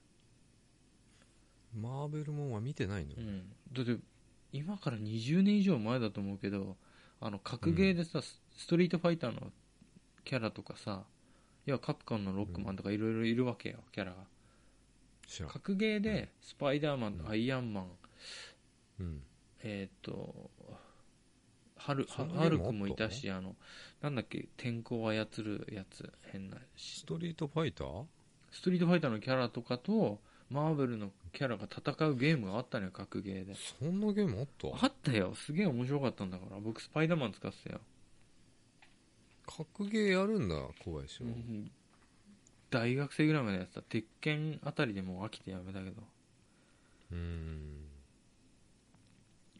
S2: マーベルもんは見てないの、
S1: うん、だって今から20年以上前だと思うけどあの格ゲーでさ、スストリートファイターのキャラとかさいやカプコンのロックマンとかいろいろいるわけよキャラが
S2: 知らん、
S1: 格ゲーでスパイダーマン
S2: うん
S1: アイアンマン、
S2: うん、
S1: えっ、とハル
S2: そんなゲーム
S1: ハル
S2: あ
S1: ク
S2: ったの
S1: もいたしあのなんだっけ天候を操るやつ変なし
S2: ストリートファイター
S1: ストリートファイターのキャラとかとマーベルのキャラが戦うゲームがあったのよ格ゲーで
S2: そんなゲームあった
S1: あったよすげえ面白かったんだから僕スパイダーマン使ってたよ、
S2: 格ゲーやるんだ小林は、
S1: うん大学生ぐらいまでやってた鉄拳あたりでもう飽きてやめたけど
S2: うーん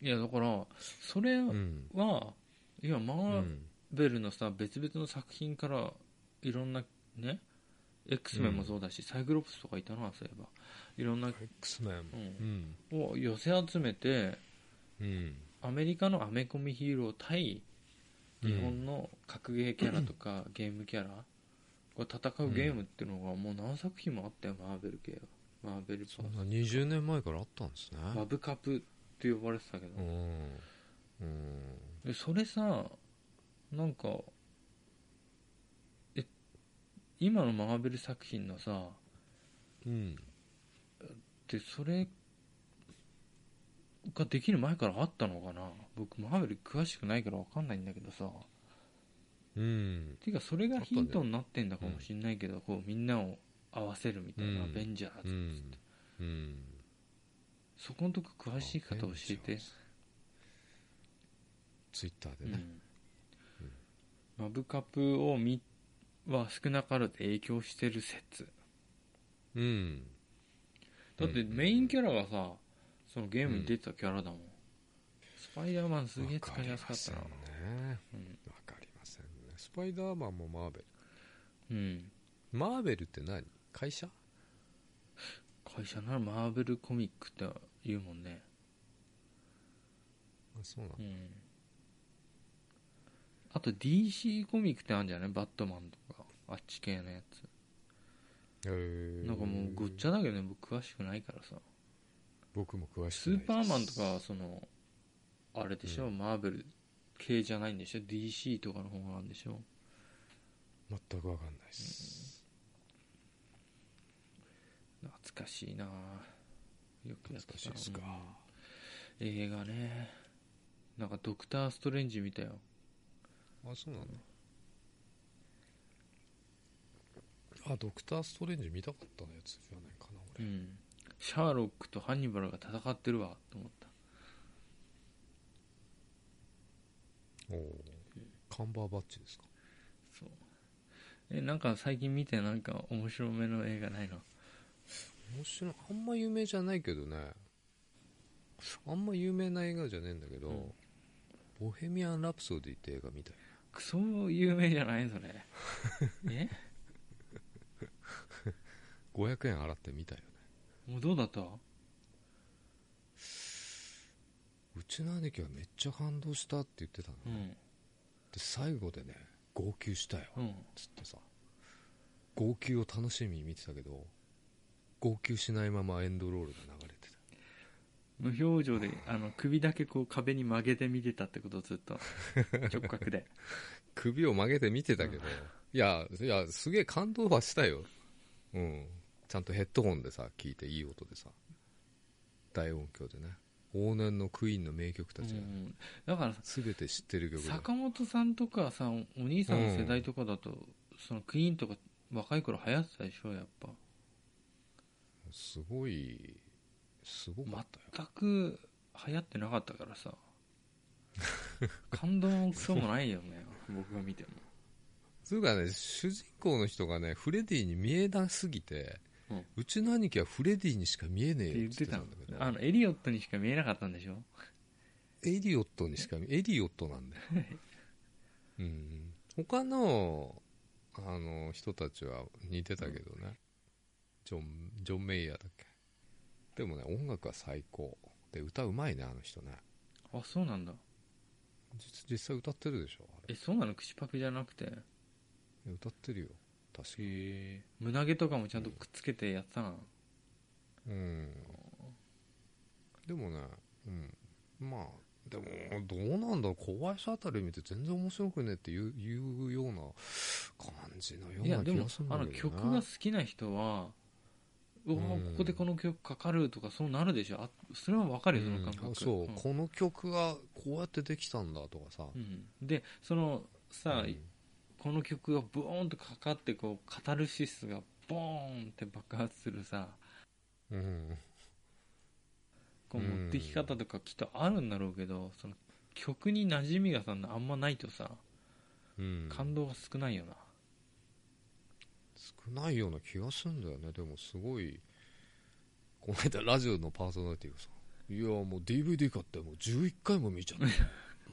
S1: いやだからそれは、
S2: うん
S1: 今マ
S2: う
S1: ー
S2: ん
S1: ベルのさ別々の作品からいろんなね X メンもそうだし、サイクロプスとかいたなそういえばいろんな、
S2: X メン
S1: う
S2: うん
S1: ん、を寄せ集めて
S2: うん
S1: アメリカのアメコミヒーロー対
S2: うん
S1: 日本の格ゲーキャラとかゲームキャラが戦うゲームっていうのがもう何作品もあったよマーベル系はマーベル
S2: そ
S1: パ
S2: んな20年前からあったんですね
S1: ーマブカプって呼ばれてたけ
S2: う
S1: ど
S2: んうん
S1: でそれさなんかえ今のマーベル作品のさ
S2: うん
S1: でそれができる前からあったのかな僕マーベル詳しくないから分かんないんだけどさ
S2: うん
S1: ていうかそれ
S2: あ
S1: が
S2: った
S1: ヒ
S2: ね
S1: ントになってんだかもしんないけど、こうみんなを合わせるみたいな、
S2: うん
S1: アベンジャーズっつって、
S2: うんうん
S1: そこのとこ詳しい方教えて、
S2: ツイッター
S1: う
S2: でね、
S1: ん、マブカップを見は少なからず影響してる説
S2: うん
S1: だってメインキャラがさそのゲームに出てたキャラだもん、スパイダーマンすげえ使いやすかったな
S2: わかりませんね
S1: うん、
S2: わかりませんねスパイダーマンもマーベル
S1: うん、
S2: マーベルって何会社
S1: 会社ならマーベルコミックって言うもんね
S2: あそうなの
S1: うんあと DC コミックってあるんじゃないバットマンとかあっち系のやつ
S2: へー
S1: なんかもうごっちゃだけどね僕詳しくないからさ
S2: 僕も詳しく
S1: ス
S2: ない
S1: ーパーマンと
S2: です
S1: かはそのあれでしょ、マーベル系じゃないんでしょ DC とかの方なんでしょ
S2: 全くわかんないです、
S1: 懐かしいなぁよくやってた
S2: 懐かしいっすか
S1: うん映画ねなんかドクター・ストレンジ見たよ
S2: あそうなんだあドクター・ストレンジ見たかったやつじゃないかな
S1: う
S2: 俺、
S1: んシャーロックとハンニバルが戦ってるわと思った
S2: おおカンバーバッチですか
S1: そうえなんか最近見てなんか面白めの映画ないの
S2: 面白いあんま有名じゃないけどねあんま有名な映画じゃねえんだけど、
S1: うん
S2: ボヘミアン・ラプソディって映画見たよ
S1: クソ有名じゃないそれ え
S2: 500円払って見たよね
S1: もうどうだった
S2: うちの兄貴はめっちゃ感動したって言ってたの、
S1: う
S2: で
S1: ん
S2: 最後でね号泣したよ、
S1: うん
S2: つってさ号泣を楽しみに見てたけど号泣しないままエンドロールが流れてた
S1: 無表情であの首だけこう壁に曲げて見てたってことずっ と直角で
S2: 首を曲げて見てたけど、いやいやすげえ感動はしたようんちゃんとヘッドホンでさ聞いていい音でさ大音響でね往年のクイーンの名曲たちが
S1: うんだからさ
S2: 全て知ってる曲で、
S1: 坂本さんとかさお兄さんの世代とかだと、そのクイーンとか若い頃流行ってたでしょやっぱ
S2: すごいすごかったよ、
S1: 全く流行ってなかったから さ感動もクソもないよね僕が見ても
S2: そうかね主人公の人がねフレディに見えなすぎて、
S1: う
S2: うんちの兄貴はフレディにしか見えね
S1: っ
S2: え
S1: て言
S2: よっ
S1: ってて
S2: 言って
S1: た
S2: た
S1: の
S2: んだけど
S1: あのエリオットにしか見えなかったんでしょ
S2: エリオットにしか見エリオットなんだよ、うん、他のあの人たちは似てたけどね、ジョンジョン・メイヤーだっけでもね音楽は最高で歌うまいねあの人ね
S1: あそうなんだ
S2: 実実際歌ってるでしょあ
S1: えそうなの口パクじゃなくてへ
S2: れ歌ってるよ確か
S1: え胸毛とかもちゃんとくっつけてやってたな
S2: うんでもね、うん、まあでもどうなんだろう小林あたり見て全然面白くねえっていういうような感じのよ
S1: いうや
S2: な
S1: で
S2: 気
S1: も
S2: がするん
S1: あ
S2: だけ
S1: の
S2: ど、ね、
S1: 曲が好きな人はうわ
S2: うん
S1: ここでこの曲かかるとかそうなるでしょあそれはわかるよその感
S2: うん
S1: 覚
S2: あそう、
S1: ん
S2: この曲がこうやってできたんだとかさ、
S1: うんでそのさ
S2: うん
S1: この曲がボーンとかかってこうカタルシスがボーンって爆発するさ
S2: うん
S1: こう持ってき方とかきっとあるんだろうけどその曲に馴染みがさあんまないとさ
S2: うん
S1: 感動が少ないよな
S2: 少ないような気がするんだよねでもすごいこの間ラジオのパーソナリティがさ「いやもう DVD 買ってもう11回も見ちゃ った」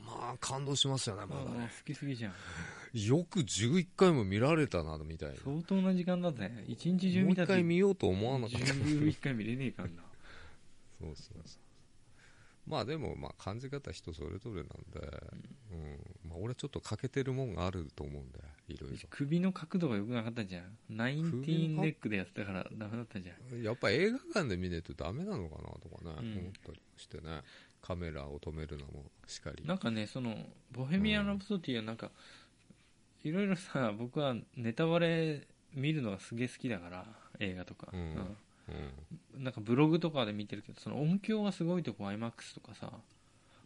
S2: まあ感動しますよねまだ
S1: あ
S2: ね
S1: あ好きすぎじゃん
S2: よく11回も見られたなみたいなも
S1: 相当な時間だぜ一日中
S2: う
S1: 見た
S2: 一
S1: って
S2: 回見ようと思わなかった
S1: 11回見れねえからな
S2: そうそうそうまあでもまあ感じ方人それぞれなんで、うんまあ、俺はちょっと欠けてるもんがあると思うんでいろい
S1: 首の角度が良くなかったじゃんナインティーンネックでやってたからダメだったじゃん
S2: ろやっぱ映画館で見ないとダメなのかなとかね、
S1: うん
S2: 思ったりしてねカメラを止めるのもしかり
S1: なんかねその「ボヘミアン・ラプソディ」はなんかいろいろさ僕はネタバレ見るのがすげえ好きだから映画とか、
S2: うんう
S1: う
S2: ん
S1: んなんかブログとかで見てるけどその音響がすごいとこ IMAX とかさ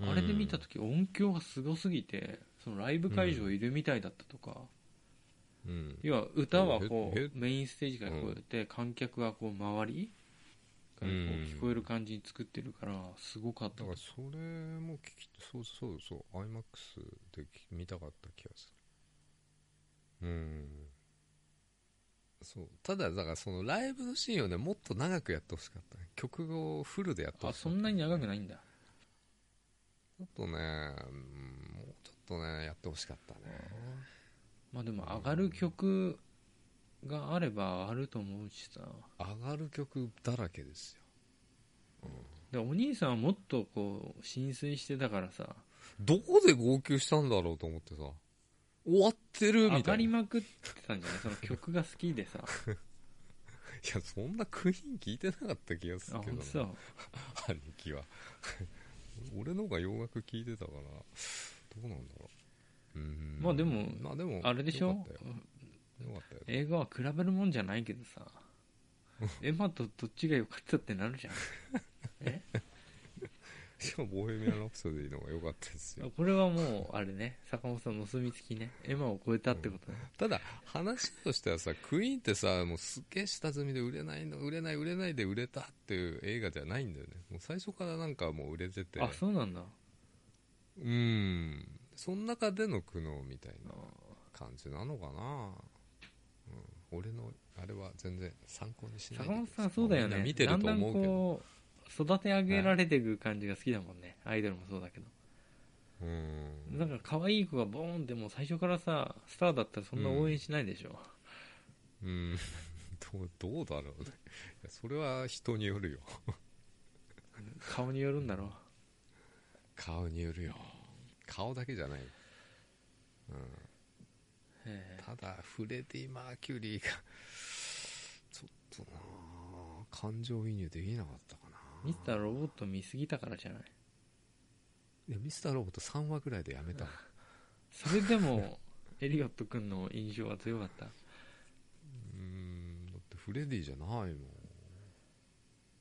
S1: あれで見た時音響がすごすぎてそのライブ会場いるみたいだったとか、
S2: うん
S1: 要は歌はこ
S2: へへ
S1: うメインステージからこうやって観客がこう周りがこう
S2: うん
S1: 聞こえる感じに作ってるからすごかった
S2: だからそれも聞きそうそうそう iMAX で聞き見たかった気がするうんそうただだからそのライブのシーンをねもっと長くやってほしかったね曲をフルでやってほ
S1: あ
S2: しかっ
S1: そ
S2: た
S1: んなに長くないんだ
S2: ちょっとねうんもうちょっとねやってほしかったね
S1: まあでも上がる曲があれば上がると思うしさ
S2: 上がる曲だらけですよ
S1: でお兄さんはもっとこう浸水してたからさ
S2: どこで号泣したんだろうと思ってさ終わってる
S1: 上
S2: みた
S1: が
S2: い
S1: り
S2: な
S1: まくってたんじゃないその曲が好きで さ
S2: いやそんなクイーン聞いてなかった気がす
S1: あ
S2: るけ
S1: 本
S2: どな
S1: 当さ
S2: 兄貴は 俺の方が洋楽聴いてたからどうなんだろううーん
S1: まあでも
S2: まあでも
S1: あれでし
S2: よ
S1: ょ
S2: かったよよかったよ
S1: 映画は比べるもんじゃないけど さエマとどっちが良かったってな るじゃんえ
S2: しかもボヘミアン・ラプソディの方が良かったですよ
S1: これはもうあれね坂本さんのお墨付きねエマを超え たって ことね、
S2: ただ話としてはさクイーンってさもうすっげえ下積みで売れないの売れない売れないで売れたっていう映画じゃないんだよねもう最初からなんかもう売れてて
S1: あそうなんだ
S2: うーんその中での苦悩みたいな
S1: あ
S2: 感じなのかな、うん、俺のあれは全然参考にしない
S1: 坂本さんそうだよ
S2: みんな
S1: ね
S2: 見てると思うけ
S1: だんだん
S2: ど
S1: こう育て上げられていく感じが好きだもんね、アイドルもそうだけど
S2: うん
S1: なんか可愛い子がボーンってもう最初からさスターだったらそんな応援しないでしょ、
S2: うん どうどうだろうねいやそれは人によるよ
S1: 顔によるんだろう
S2: 顔によるよ顔だけじゃないよ、うん、
S1: え
S2: ただフレディ・マーキュリーがちょっとなあ感情移入できなかったかな
S1: えミスターロボット見すぎたからじゃない
S2: いやミスターロボット3話ぐらいでやめたの
S1: それで もエリオット君の印象は強かった
S2: うんだってフレディじゃないもん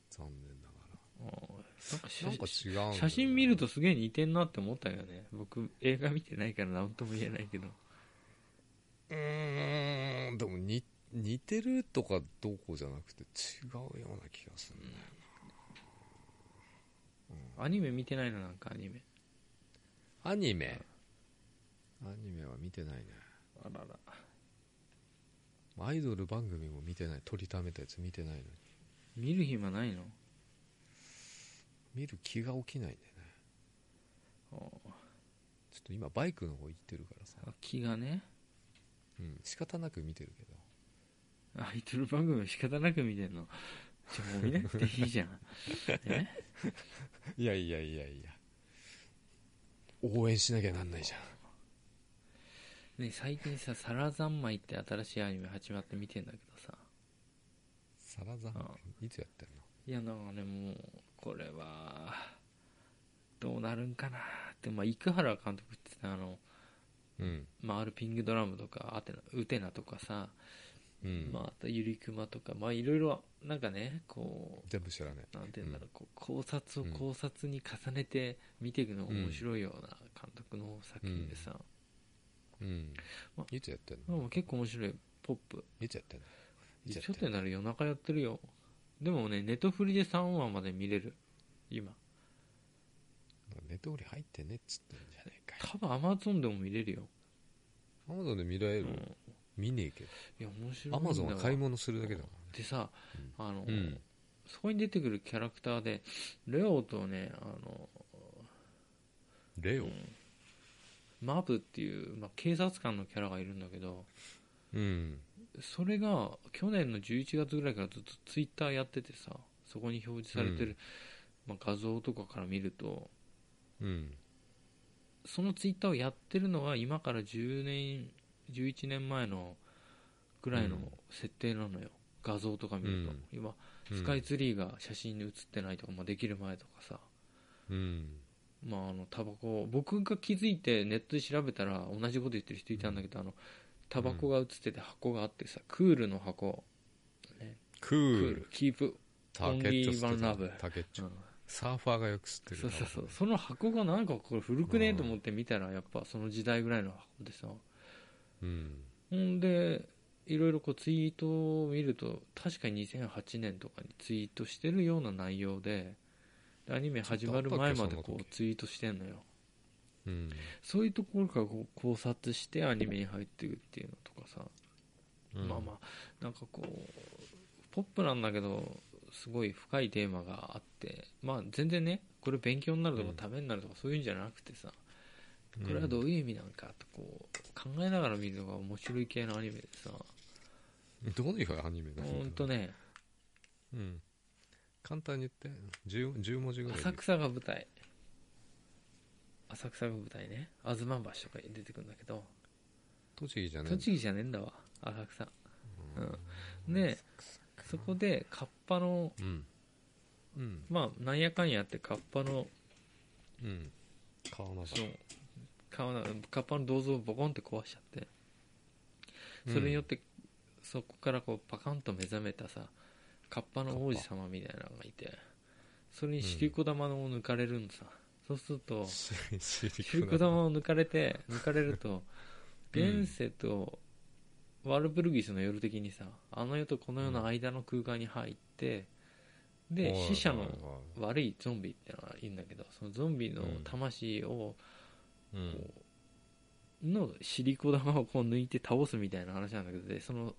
S2: 残念だから
S1: おなんか写
S2: なんか違うんだよな
S1: 写真見るとすげえ似てんなって思ったよね僕映画見てないから何とも言えないけど
S2: うーんでもに似てるとかどうこうじゃなくて違うような気がするんだよ
S1: アニメ見てないのなんかアニメ
S2: なアニメアニメは見てないね
S1: あらら
S2: アイドル番組も見てない取りためたやつ見てないのに
S1: 見る暇ないの
S2: 見る気が起きないんだよね
S1: お
S2: ちょっと今バイクの方行ってるからさ、
S1: あ気がね
S2: うん、仕方なく見てるけど
S1: アイドル番組は仕方なく見てんのじゃあもう見なくていいじゃんえ
S2: いやいやいやいや応援しなきゃなんないじゃん
S1: ね最近さ「皿三昧」って新しいアニメ始まって見てんだけどさ
S2: サラザンいつやってんの
S1: いやなんかねもうこれはどうなるんかなって、まあ、生原監督ってさあの
S2: うん
S1: 回るピングドラムとかアテナウテナとかさ、
S2: うん、
S1: まあ、あとゆりくまとかまあいろいろなんかねこ
S2: 全部知らね
S1: うなんて言うんだろう,、こう考察を
S2: うん
S1: 考察に重ねて見ていくのが面白いような監督の作品でさ、
S2: えうん
S1: ま
S2: いつやってん
S1: まあ
S2: の
S1: もう結構面白いポップ
S2: いつやってんのいつや
S1: ち
S2: っ
S1: ょ
S2: て
S1: っ
S2: んの
S1: となら夜中やってるよでもねネットフリで3話まで見れる今
S2: ネトフリ入ってねっつってんじゃねえかよ
S1: 多分アマゾンでも見れるよ、
S2: アマゾンで見られ
S1: う
S2: る、
S1: ん、
S2: 見ねえけ
S1: いや面白いんだ
S2: ど
S1: わ
S2: アマゾンは買い物するだけだか
S1: でさ、あの、
S2: らうん
S1: そこに出てくるキャラクターでレオとねあの
S2: レオ
S1: マブっていう、まあ、警察官のキャラがいるんだけど
S2: うん
S1: それが去年の11月ぐらいからずっとツイッターやっててさそこに表示されてる、まあ、画像とかから見ると
S2: うん
S1: そのツイッターをやってるのは今から10年11年前のぐらいの
S2: うん
S1: 設定なのよ、画像とか見ると、
S2: うん
S1: 今スカイツリーが写真に写ってないとか、まあ、できる前とかさ、
S2: うん
S1: まあ、あのタバコ僕が気づいてネットで調べたら同じこと言ってる人いたんだけど、あのタバコが映ってて箱があってさクールの箱
S2: ク
S1: ク
S2: ール
S1: キープ、
S2: タケッチョ
S1: オンリーワンラブ
S2: タケッチ
S1: う
S2: ョ
S1: ん
S2: サーファーがよく吸ってる
S1: そうそうそうその箱がなんかこれ古くねえと思って見たらやっぱその時代ぐらいの箱でさ
S2: うん
S1: ほんでいろいろこうツイートを見ると確かに2008年とかにツイートしてるような内容ででアニメ始まる前までこうツイートしてんのよ
S2: うん
S1: そういうところからこう考察してアニメに入っていくっていうのとかさ、
S2: うん
S1: まあまあなんかこうポップなんだけどすごい深いテーマがあってまあ全然ねこれ勉強になるとか
S2: うん
S1: ためになるとかそういうんじゃなくてさ、これはどういう意味なんかとこう考えながら見るのが面白い系のアニメでさ
S2: うんどういうアニメな
S1: ほ
S2: んだろうん
S1: とね
S2: うん簡単に言って 10, 10文字ぐらい
S1: 浅草が舞台浅草が舞台ね吾妻橋とかに出てくるんだけど
S2: 栃木じゃねえ
S1: 栃木じゃねえんだわ浅草うんでそこでカッパの
S2: うんうん
S1: まあなんやかんやあってカッパの
S2: うん川間
S1: その顔なカッパの銅像をボコンって壊しちゃってそれによってそこからこうパカンと目覚めたさカッパの王子様みたいなのがいてそれにシリコ玉を抜かれるんさ、そうすると
S2: シリ
S1: シリコ玉を抜かれて抜かれると
S2: うん
S1: 現世とワルブルギスの夜的にさあの世とこの世の間の空間に入ってで死者の悪いゾンビってのがいるんだけどそのゾンビの魂を
S2: うん
S1: のシリコ玉をこう抜いて倒すみたいな話なんだけどでその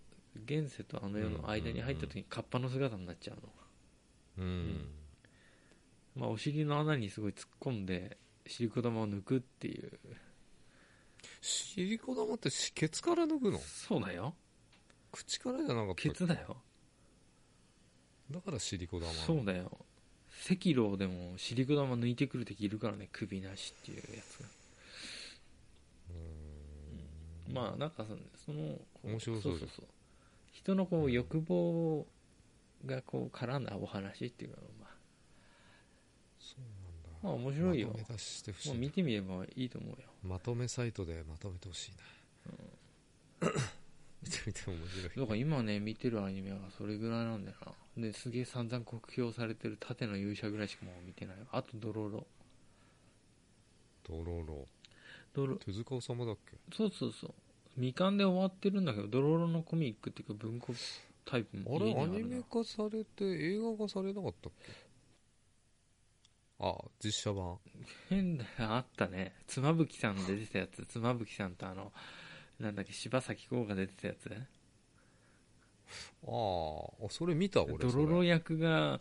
S1: 現世とあの世の間に入った時にカッパの姿になっちゃうの、
S2: うん
S1: まあ、お尻の穴にすごい突っ込んでシリコ玉を抜くっていう
S2: シリコ玉ってしケツから抜くの
S1: そうだよ
S2: 口からじゃなかったっけ
S1: ケツだよ
S2: だからシリコ玉
S1: そうだよ赤狼でもシリコ玉抜いてくる敵いるからね首なしっていうやつがまあなんかそのそのこ
S2: 面白そ
S1: そう
S2: うじゃん
S1: そうそう人のこう欲望がこう絡んだお話っていうのはまあ
S2: そう
S1: まあ面
S2: なんだ
S1: 白いよ、
S2: まとめ出してほし
S1: もう
S2: い
S1: 見てみればいいと思うよ
S2: まとめサイトでまとめてほしいな 見てみて面白
S1: だ
S2: い
S1: から今ね見てるアニメはそれぐらいなんだよなですげえ散々酷評されてる盾の勇者ぐらいしかもう見てないわあとドロロ
S2: ドロロ
S1: ドロ
S2: 手塚治虫だっけ
S1: そうそうそう未完で終わってるんだけどドロロのコミックっていうか文庫タイプも
S2: あ
S1: 家
S2: れ
S1: に
S2: ア
S1: るな
S2: ニメ化されて映画化されなかったっけあ実写版
S1: 変だよあったね妻夫木さん出てたやつ妻夫木さんとあのなんだっけ柴咲コウが出てたやつ
S2: あーあそれ見た俺
S1: ドロロ
S2: それ
S1: 役が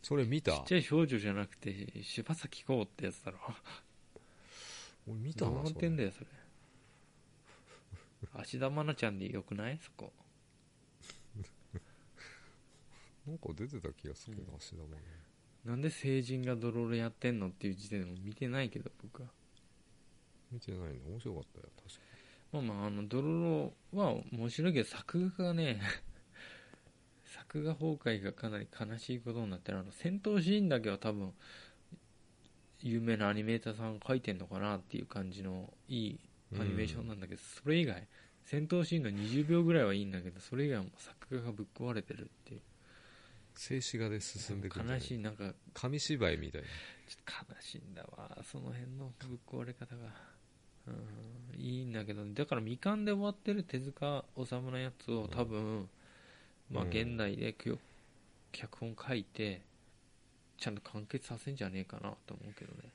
S2: それ見
S1: ち
S2: た
S1: っちゃい少女じゃなくて柴咲コウってやつだ ろ
S2: 俺見た
S1: どう
S2: な
S1: なっ
S2: そ
S1: て
S2: れ
S1: んだよそれ 芦田愛菜ちゃんでよくないそこ
S2: なんか出てた気がするけど芦田愛菜
S1: なんで成人がドロロやってんのっていう時点でも見てないけど僕は
S2: 見てないの面白かったよ確か
S1: まあまああのドロロは面白いけど作画がね 作画崩壊がかなり悲しいことになってるあの戦闘シーンだけは多分有名なアニメーターさんが描いてんのかなっていう感じのいいアニメーションなんだけど、それ以外戦闘シーンの20秒ぐらいはいいんだけどそれ以外はもう作画がぶっ壊れてるっていう
S2: 静止画で進んでくる
S1: 悲しいなんか
S2: 紙芝居みたいな
S1: ちょっと悲しいんだわその辺のぶっ壊れ方がうんいいんだけどねだから未完で終わってる手塚治虫のやつを多分、まあ
S2: うん
S1: 現代できょ脚本書いてちゃんと完結させんじゃねえかなと思うけどね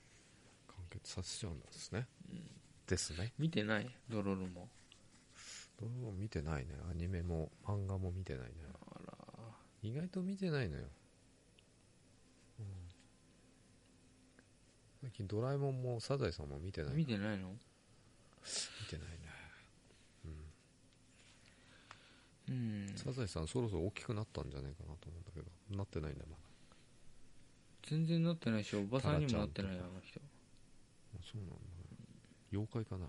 S2: 完結させちゃうんですね、ですね
S1: 見てないドロロも
S2: ドロロ見てないねアニメも漫画も見てないね
S1: あら
S2: 意外と見てないのよ、うん最近ドラえもんもサザエさんも見てない
S1: 見
S2: 見
S1: てないの
S2: てないね、
S1: うん
S2: サザエさんそろそろ大きくなったんじゃないかなと思うんだけどなってないんだまだ
S1: 全然なってないしおばさんにもなってないよあの人
S2: あそうなんだ妖怪かな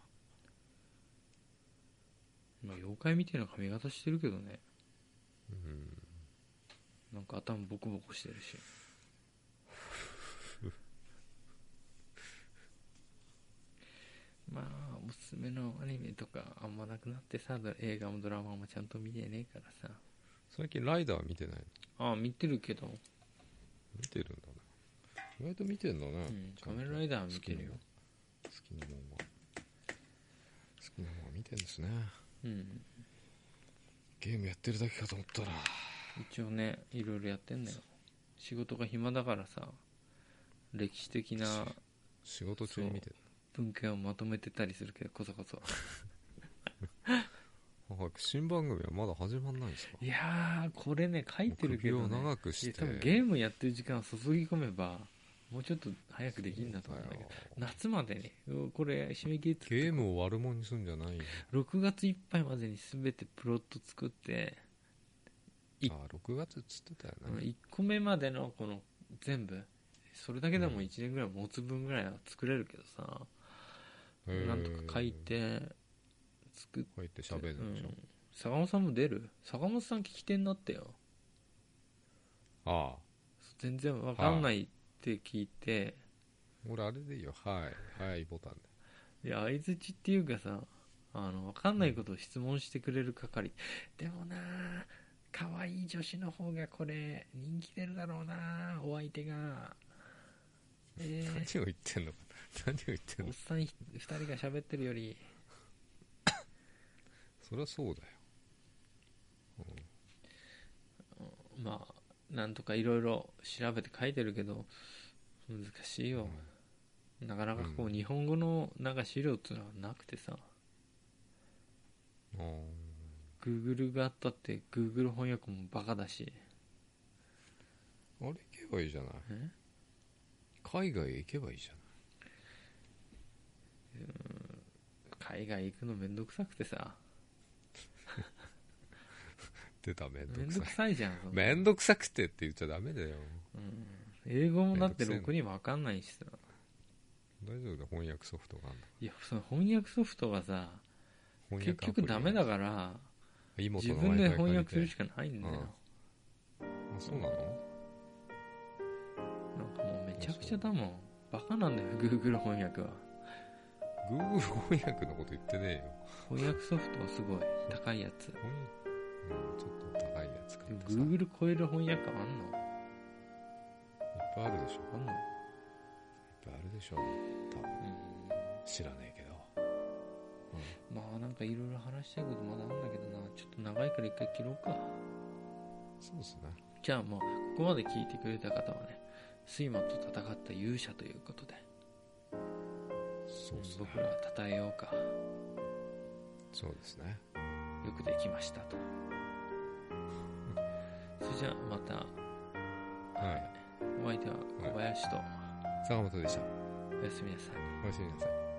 S1: まあ妖怪みたいな髪型してるけどね
S2: うん
S1: なんか頭ボコボコしてるしまあおすすめのアニメとかあんまなくなってさど映画もドラマもちゃんと見てねえからさ
S2: 最近ライダー見てないの
S1: ああ見てるけど、
S2: 見てるんだね意外と見てんだね、
S1: うん、仮面ライダーは見てるよ
S2: 好きなもんは好きなもんは見てんですね
S1: うん
S2: ゲームやってるだけかと思ったら
S1: 一応ねいろいろやってんだよ仕事が暇だからさ歴史的な
S2: 仕事中に見て
S1: 文献をまとめてたりするけどこそこそ
S2: たあ新番組はまだ始まんないんですか
S1: いやーこれね書いてるけど、
S2: 首を
S1: ね、
S2: 長く
S1: い
S2: し
S1: や
S2: て
S1: 多分ゲームやってる時間を注ぎ込めばもうちょっと早くできるんだと思うんだけど
S2: そうだよ
S1: 夏までにうんこれ締め切りつ
S2: ゲームを悪者にするんじゃないよ
S1: 6月いっぱいまでに全てプロット作ってい
S2: あ6月っつってたよね、
S1: 1個目までのこの全部それだけでも1年ぐらい持つ分ぐらいは作れるけどさ、
S2: へー
S1: なんとか書いて作っ
S2: 書い
S1: て
S2: て喋るんでしょ、
S1: うん坂本さんも出る坂本さん聞き手になったよ
S2: ああ
S1: 全然わかんないって聞いて、
S2: 俺あれでいいよはいはいボタンで
S1: いや相づちっていうかさあの分かんないことを質問してくれる係、でもなあ可愛い女子の方がこれ人気出るだろうなあお相手がえ
S2: 何
S1: ー
S2: を言ってんのか何を言ってん
S1: お
S2: の
S1: っさんひ2人が喋ってるより
S2: そりゃそうだよ
S1: まあなんとかいろいろ調べて書いてるけど難しいよ、なかなかこう、
S2: うん
S1: 日本語のなんか資料っていうのはなくてさ
S2: うん
S1: Google があったって Google 翻訳もバカだし
S2: あれ行けばいいじゃない
S1: え
S2: 海外へ行けばいいじゃない
S1: 海外行くのめんどくさくてさ
S2: 出ためんど
S1: めん
S2: く
S1: ど
S2: さ
S1: く
S2: い
S1: さいじゃんそんな
S2: めんどくさくてって言っちゃダメだよ
S1: うん、英語もだって
S2: めんどくせえ
S1: ろ
S2: な
S1: くに分かんないしさ
S2: 大丈夫だよ翻訳ソフトがあんだ
S1: いやその翻訳ソフトがさ
S2: 翻
S1: 結
S2: 訳アプ
S1: 局
S2: リ
S1: ダメだから
S2: 妹
S1: 自
S2: の
S1: 分で
S2: Wi-Fi
S1: 翻訳す
S2: 借り
S1: る
S2: て
S1: しかないんだよ
S2: あそうなの
S1: なんかもうめちゃくちゃだもんバカなんだよ Google 翻訳は
S2: Google 翻訳のこと言ってねえよ
S1: 翻訳ソフトはすごい高いやつ
S2: 翻うんちょっと高いやつ買
S1: で
S2: っ
S1: も
S2: てさいっ
S1: Google 超える翻訳あんの
S2: ぱいあるでしょいっ
S1: あんの
S2: ぱいあるでしょ多分知らねえけど
S1: うんまあなんかいろいろ話したいことまだあんだけどなちょっと長いから一回切ろうか
S2: そうですね
S1: じゃあもうここまで聞いてくれた方はね睡魔と戦った勇者ということで
S2: そうですね
S1: 僕らは称えようか
S2: そうですね
S1: よくできましたとそれじゃあまた
S2: はい
S1: お相手は小林と
S2: 坂本でした
S1: おやすみなさい
S2: おやすみなさい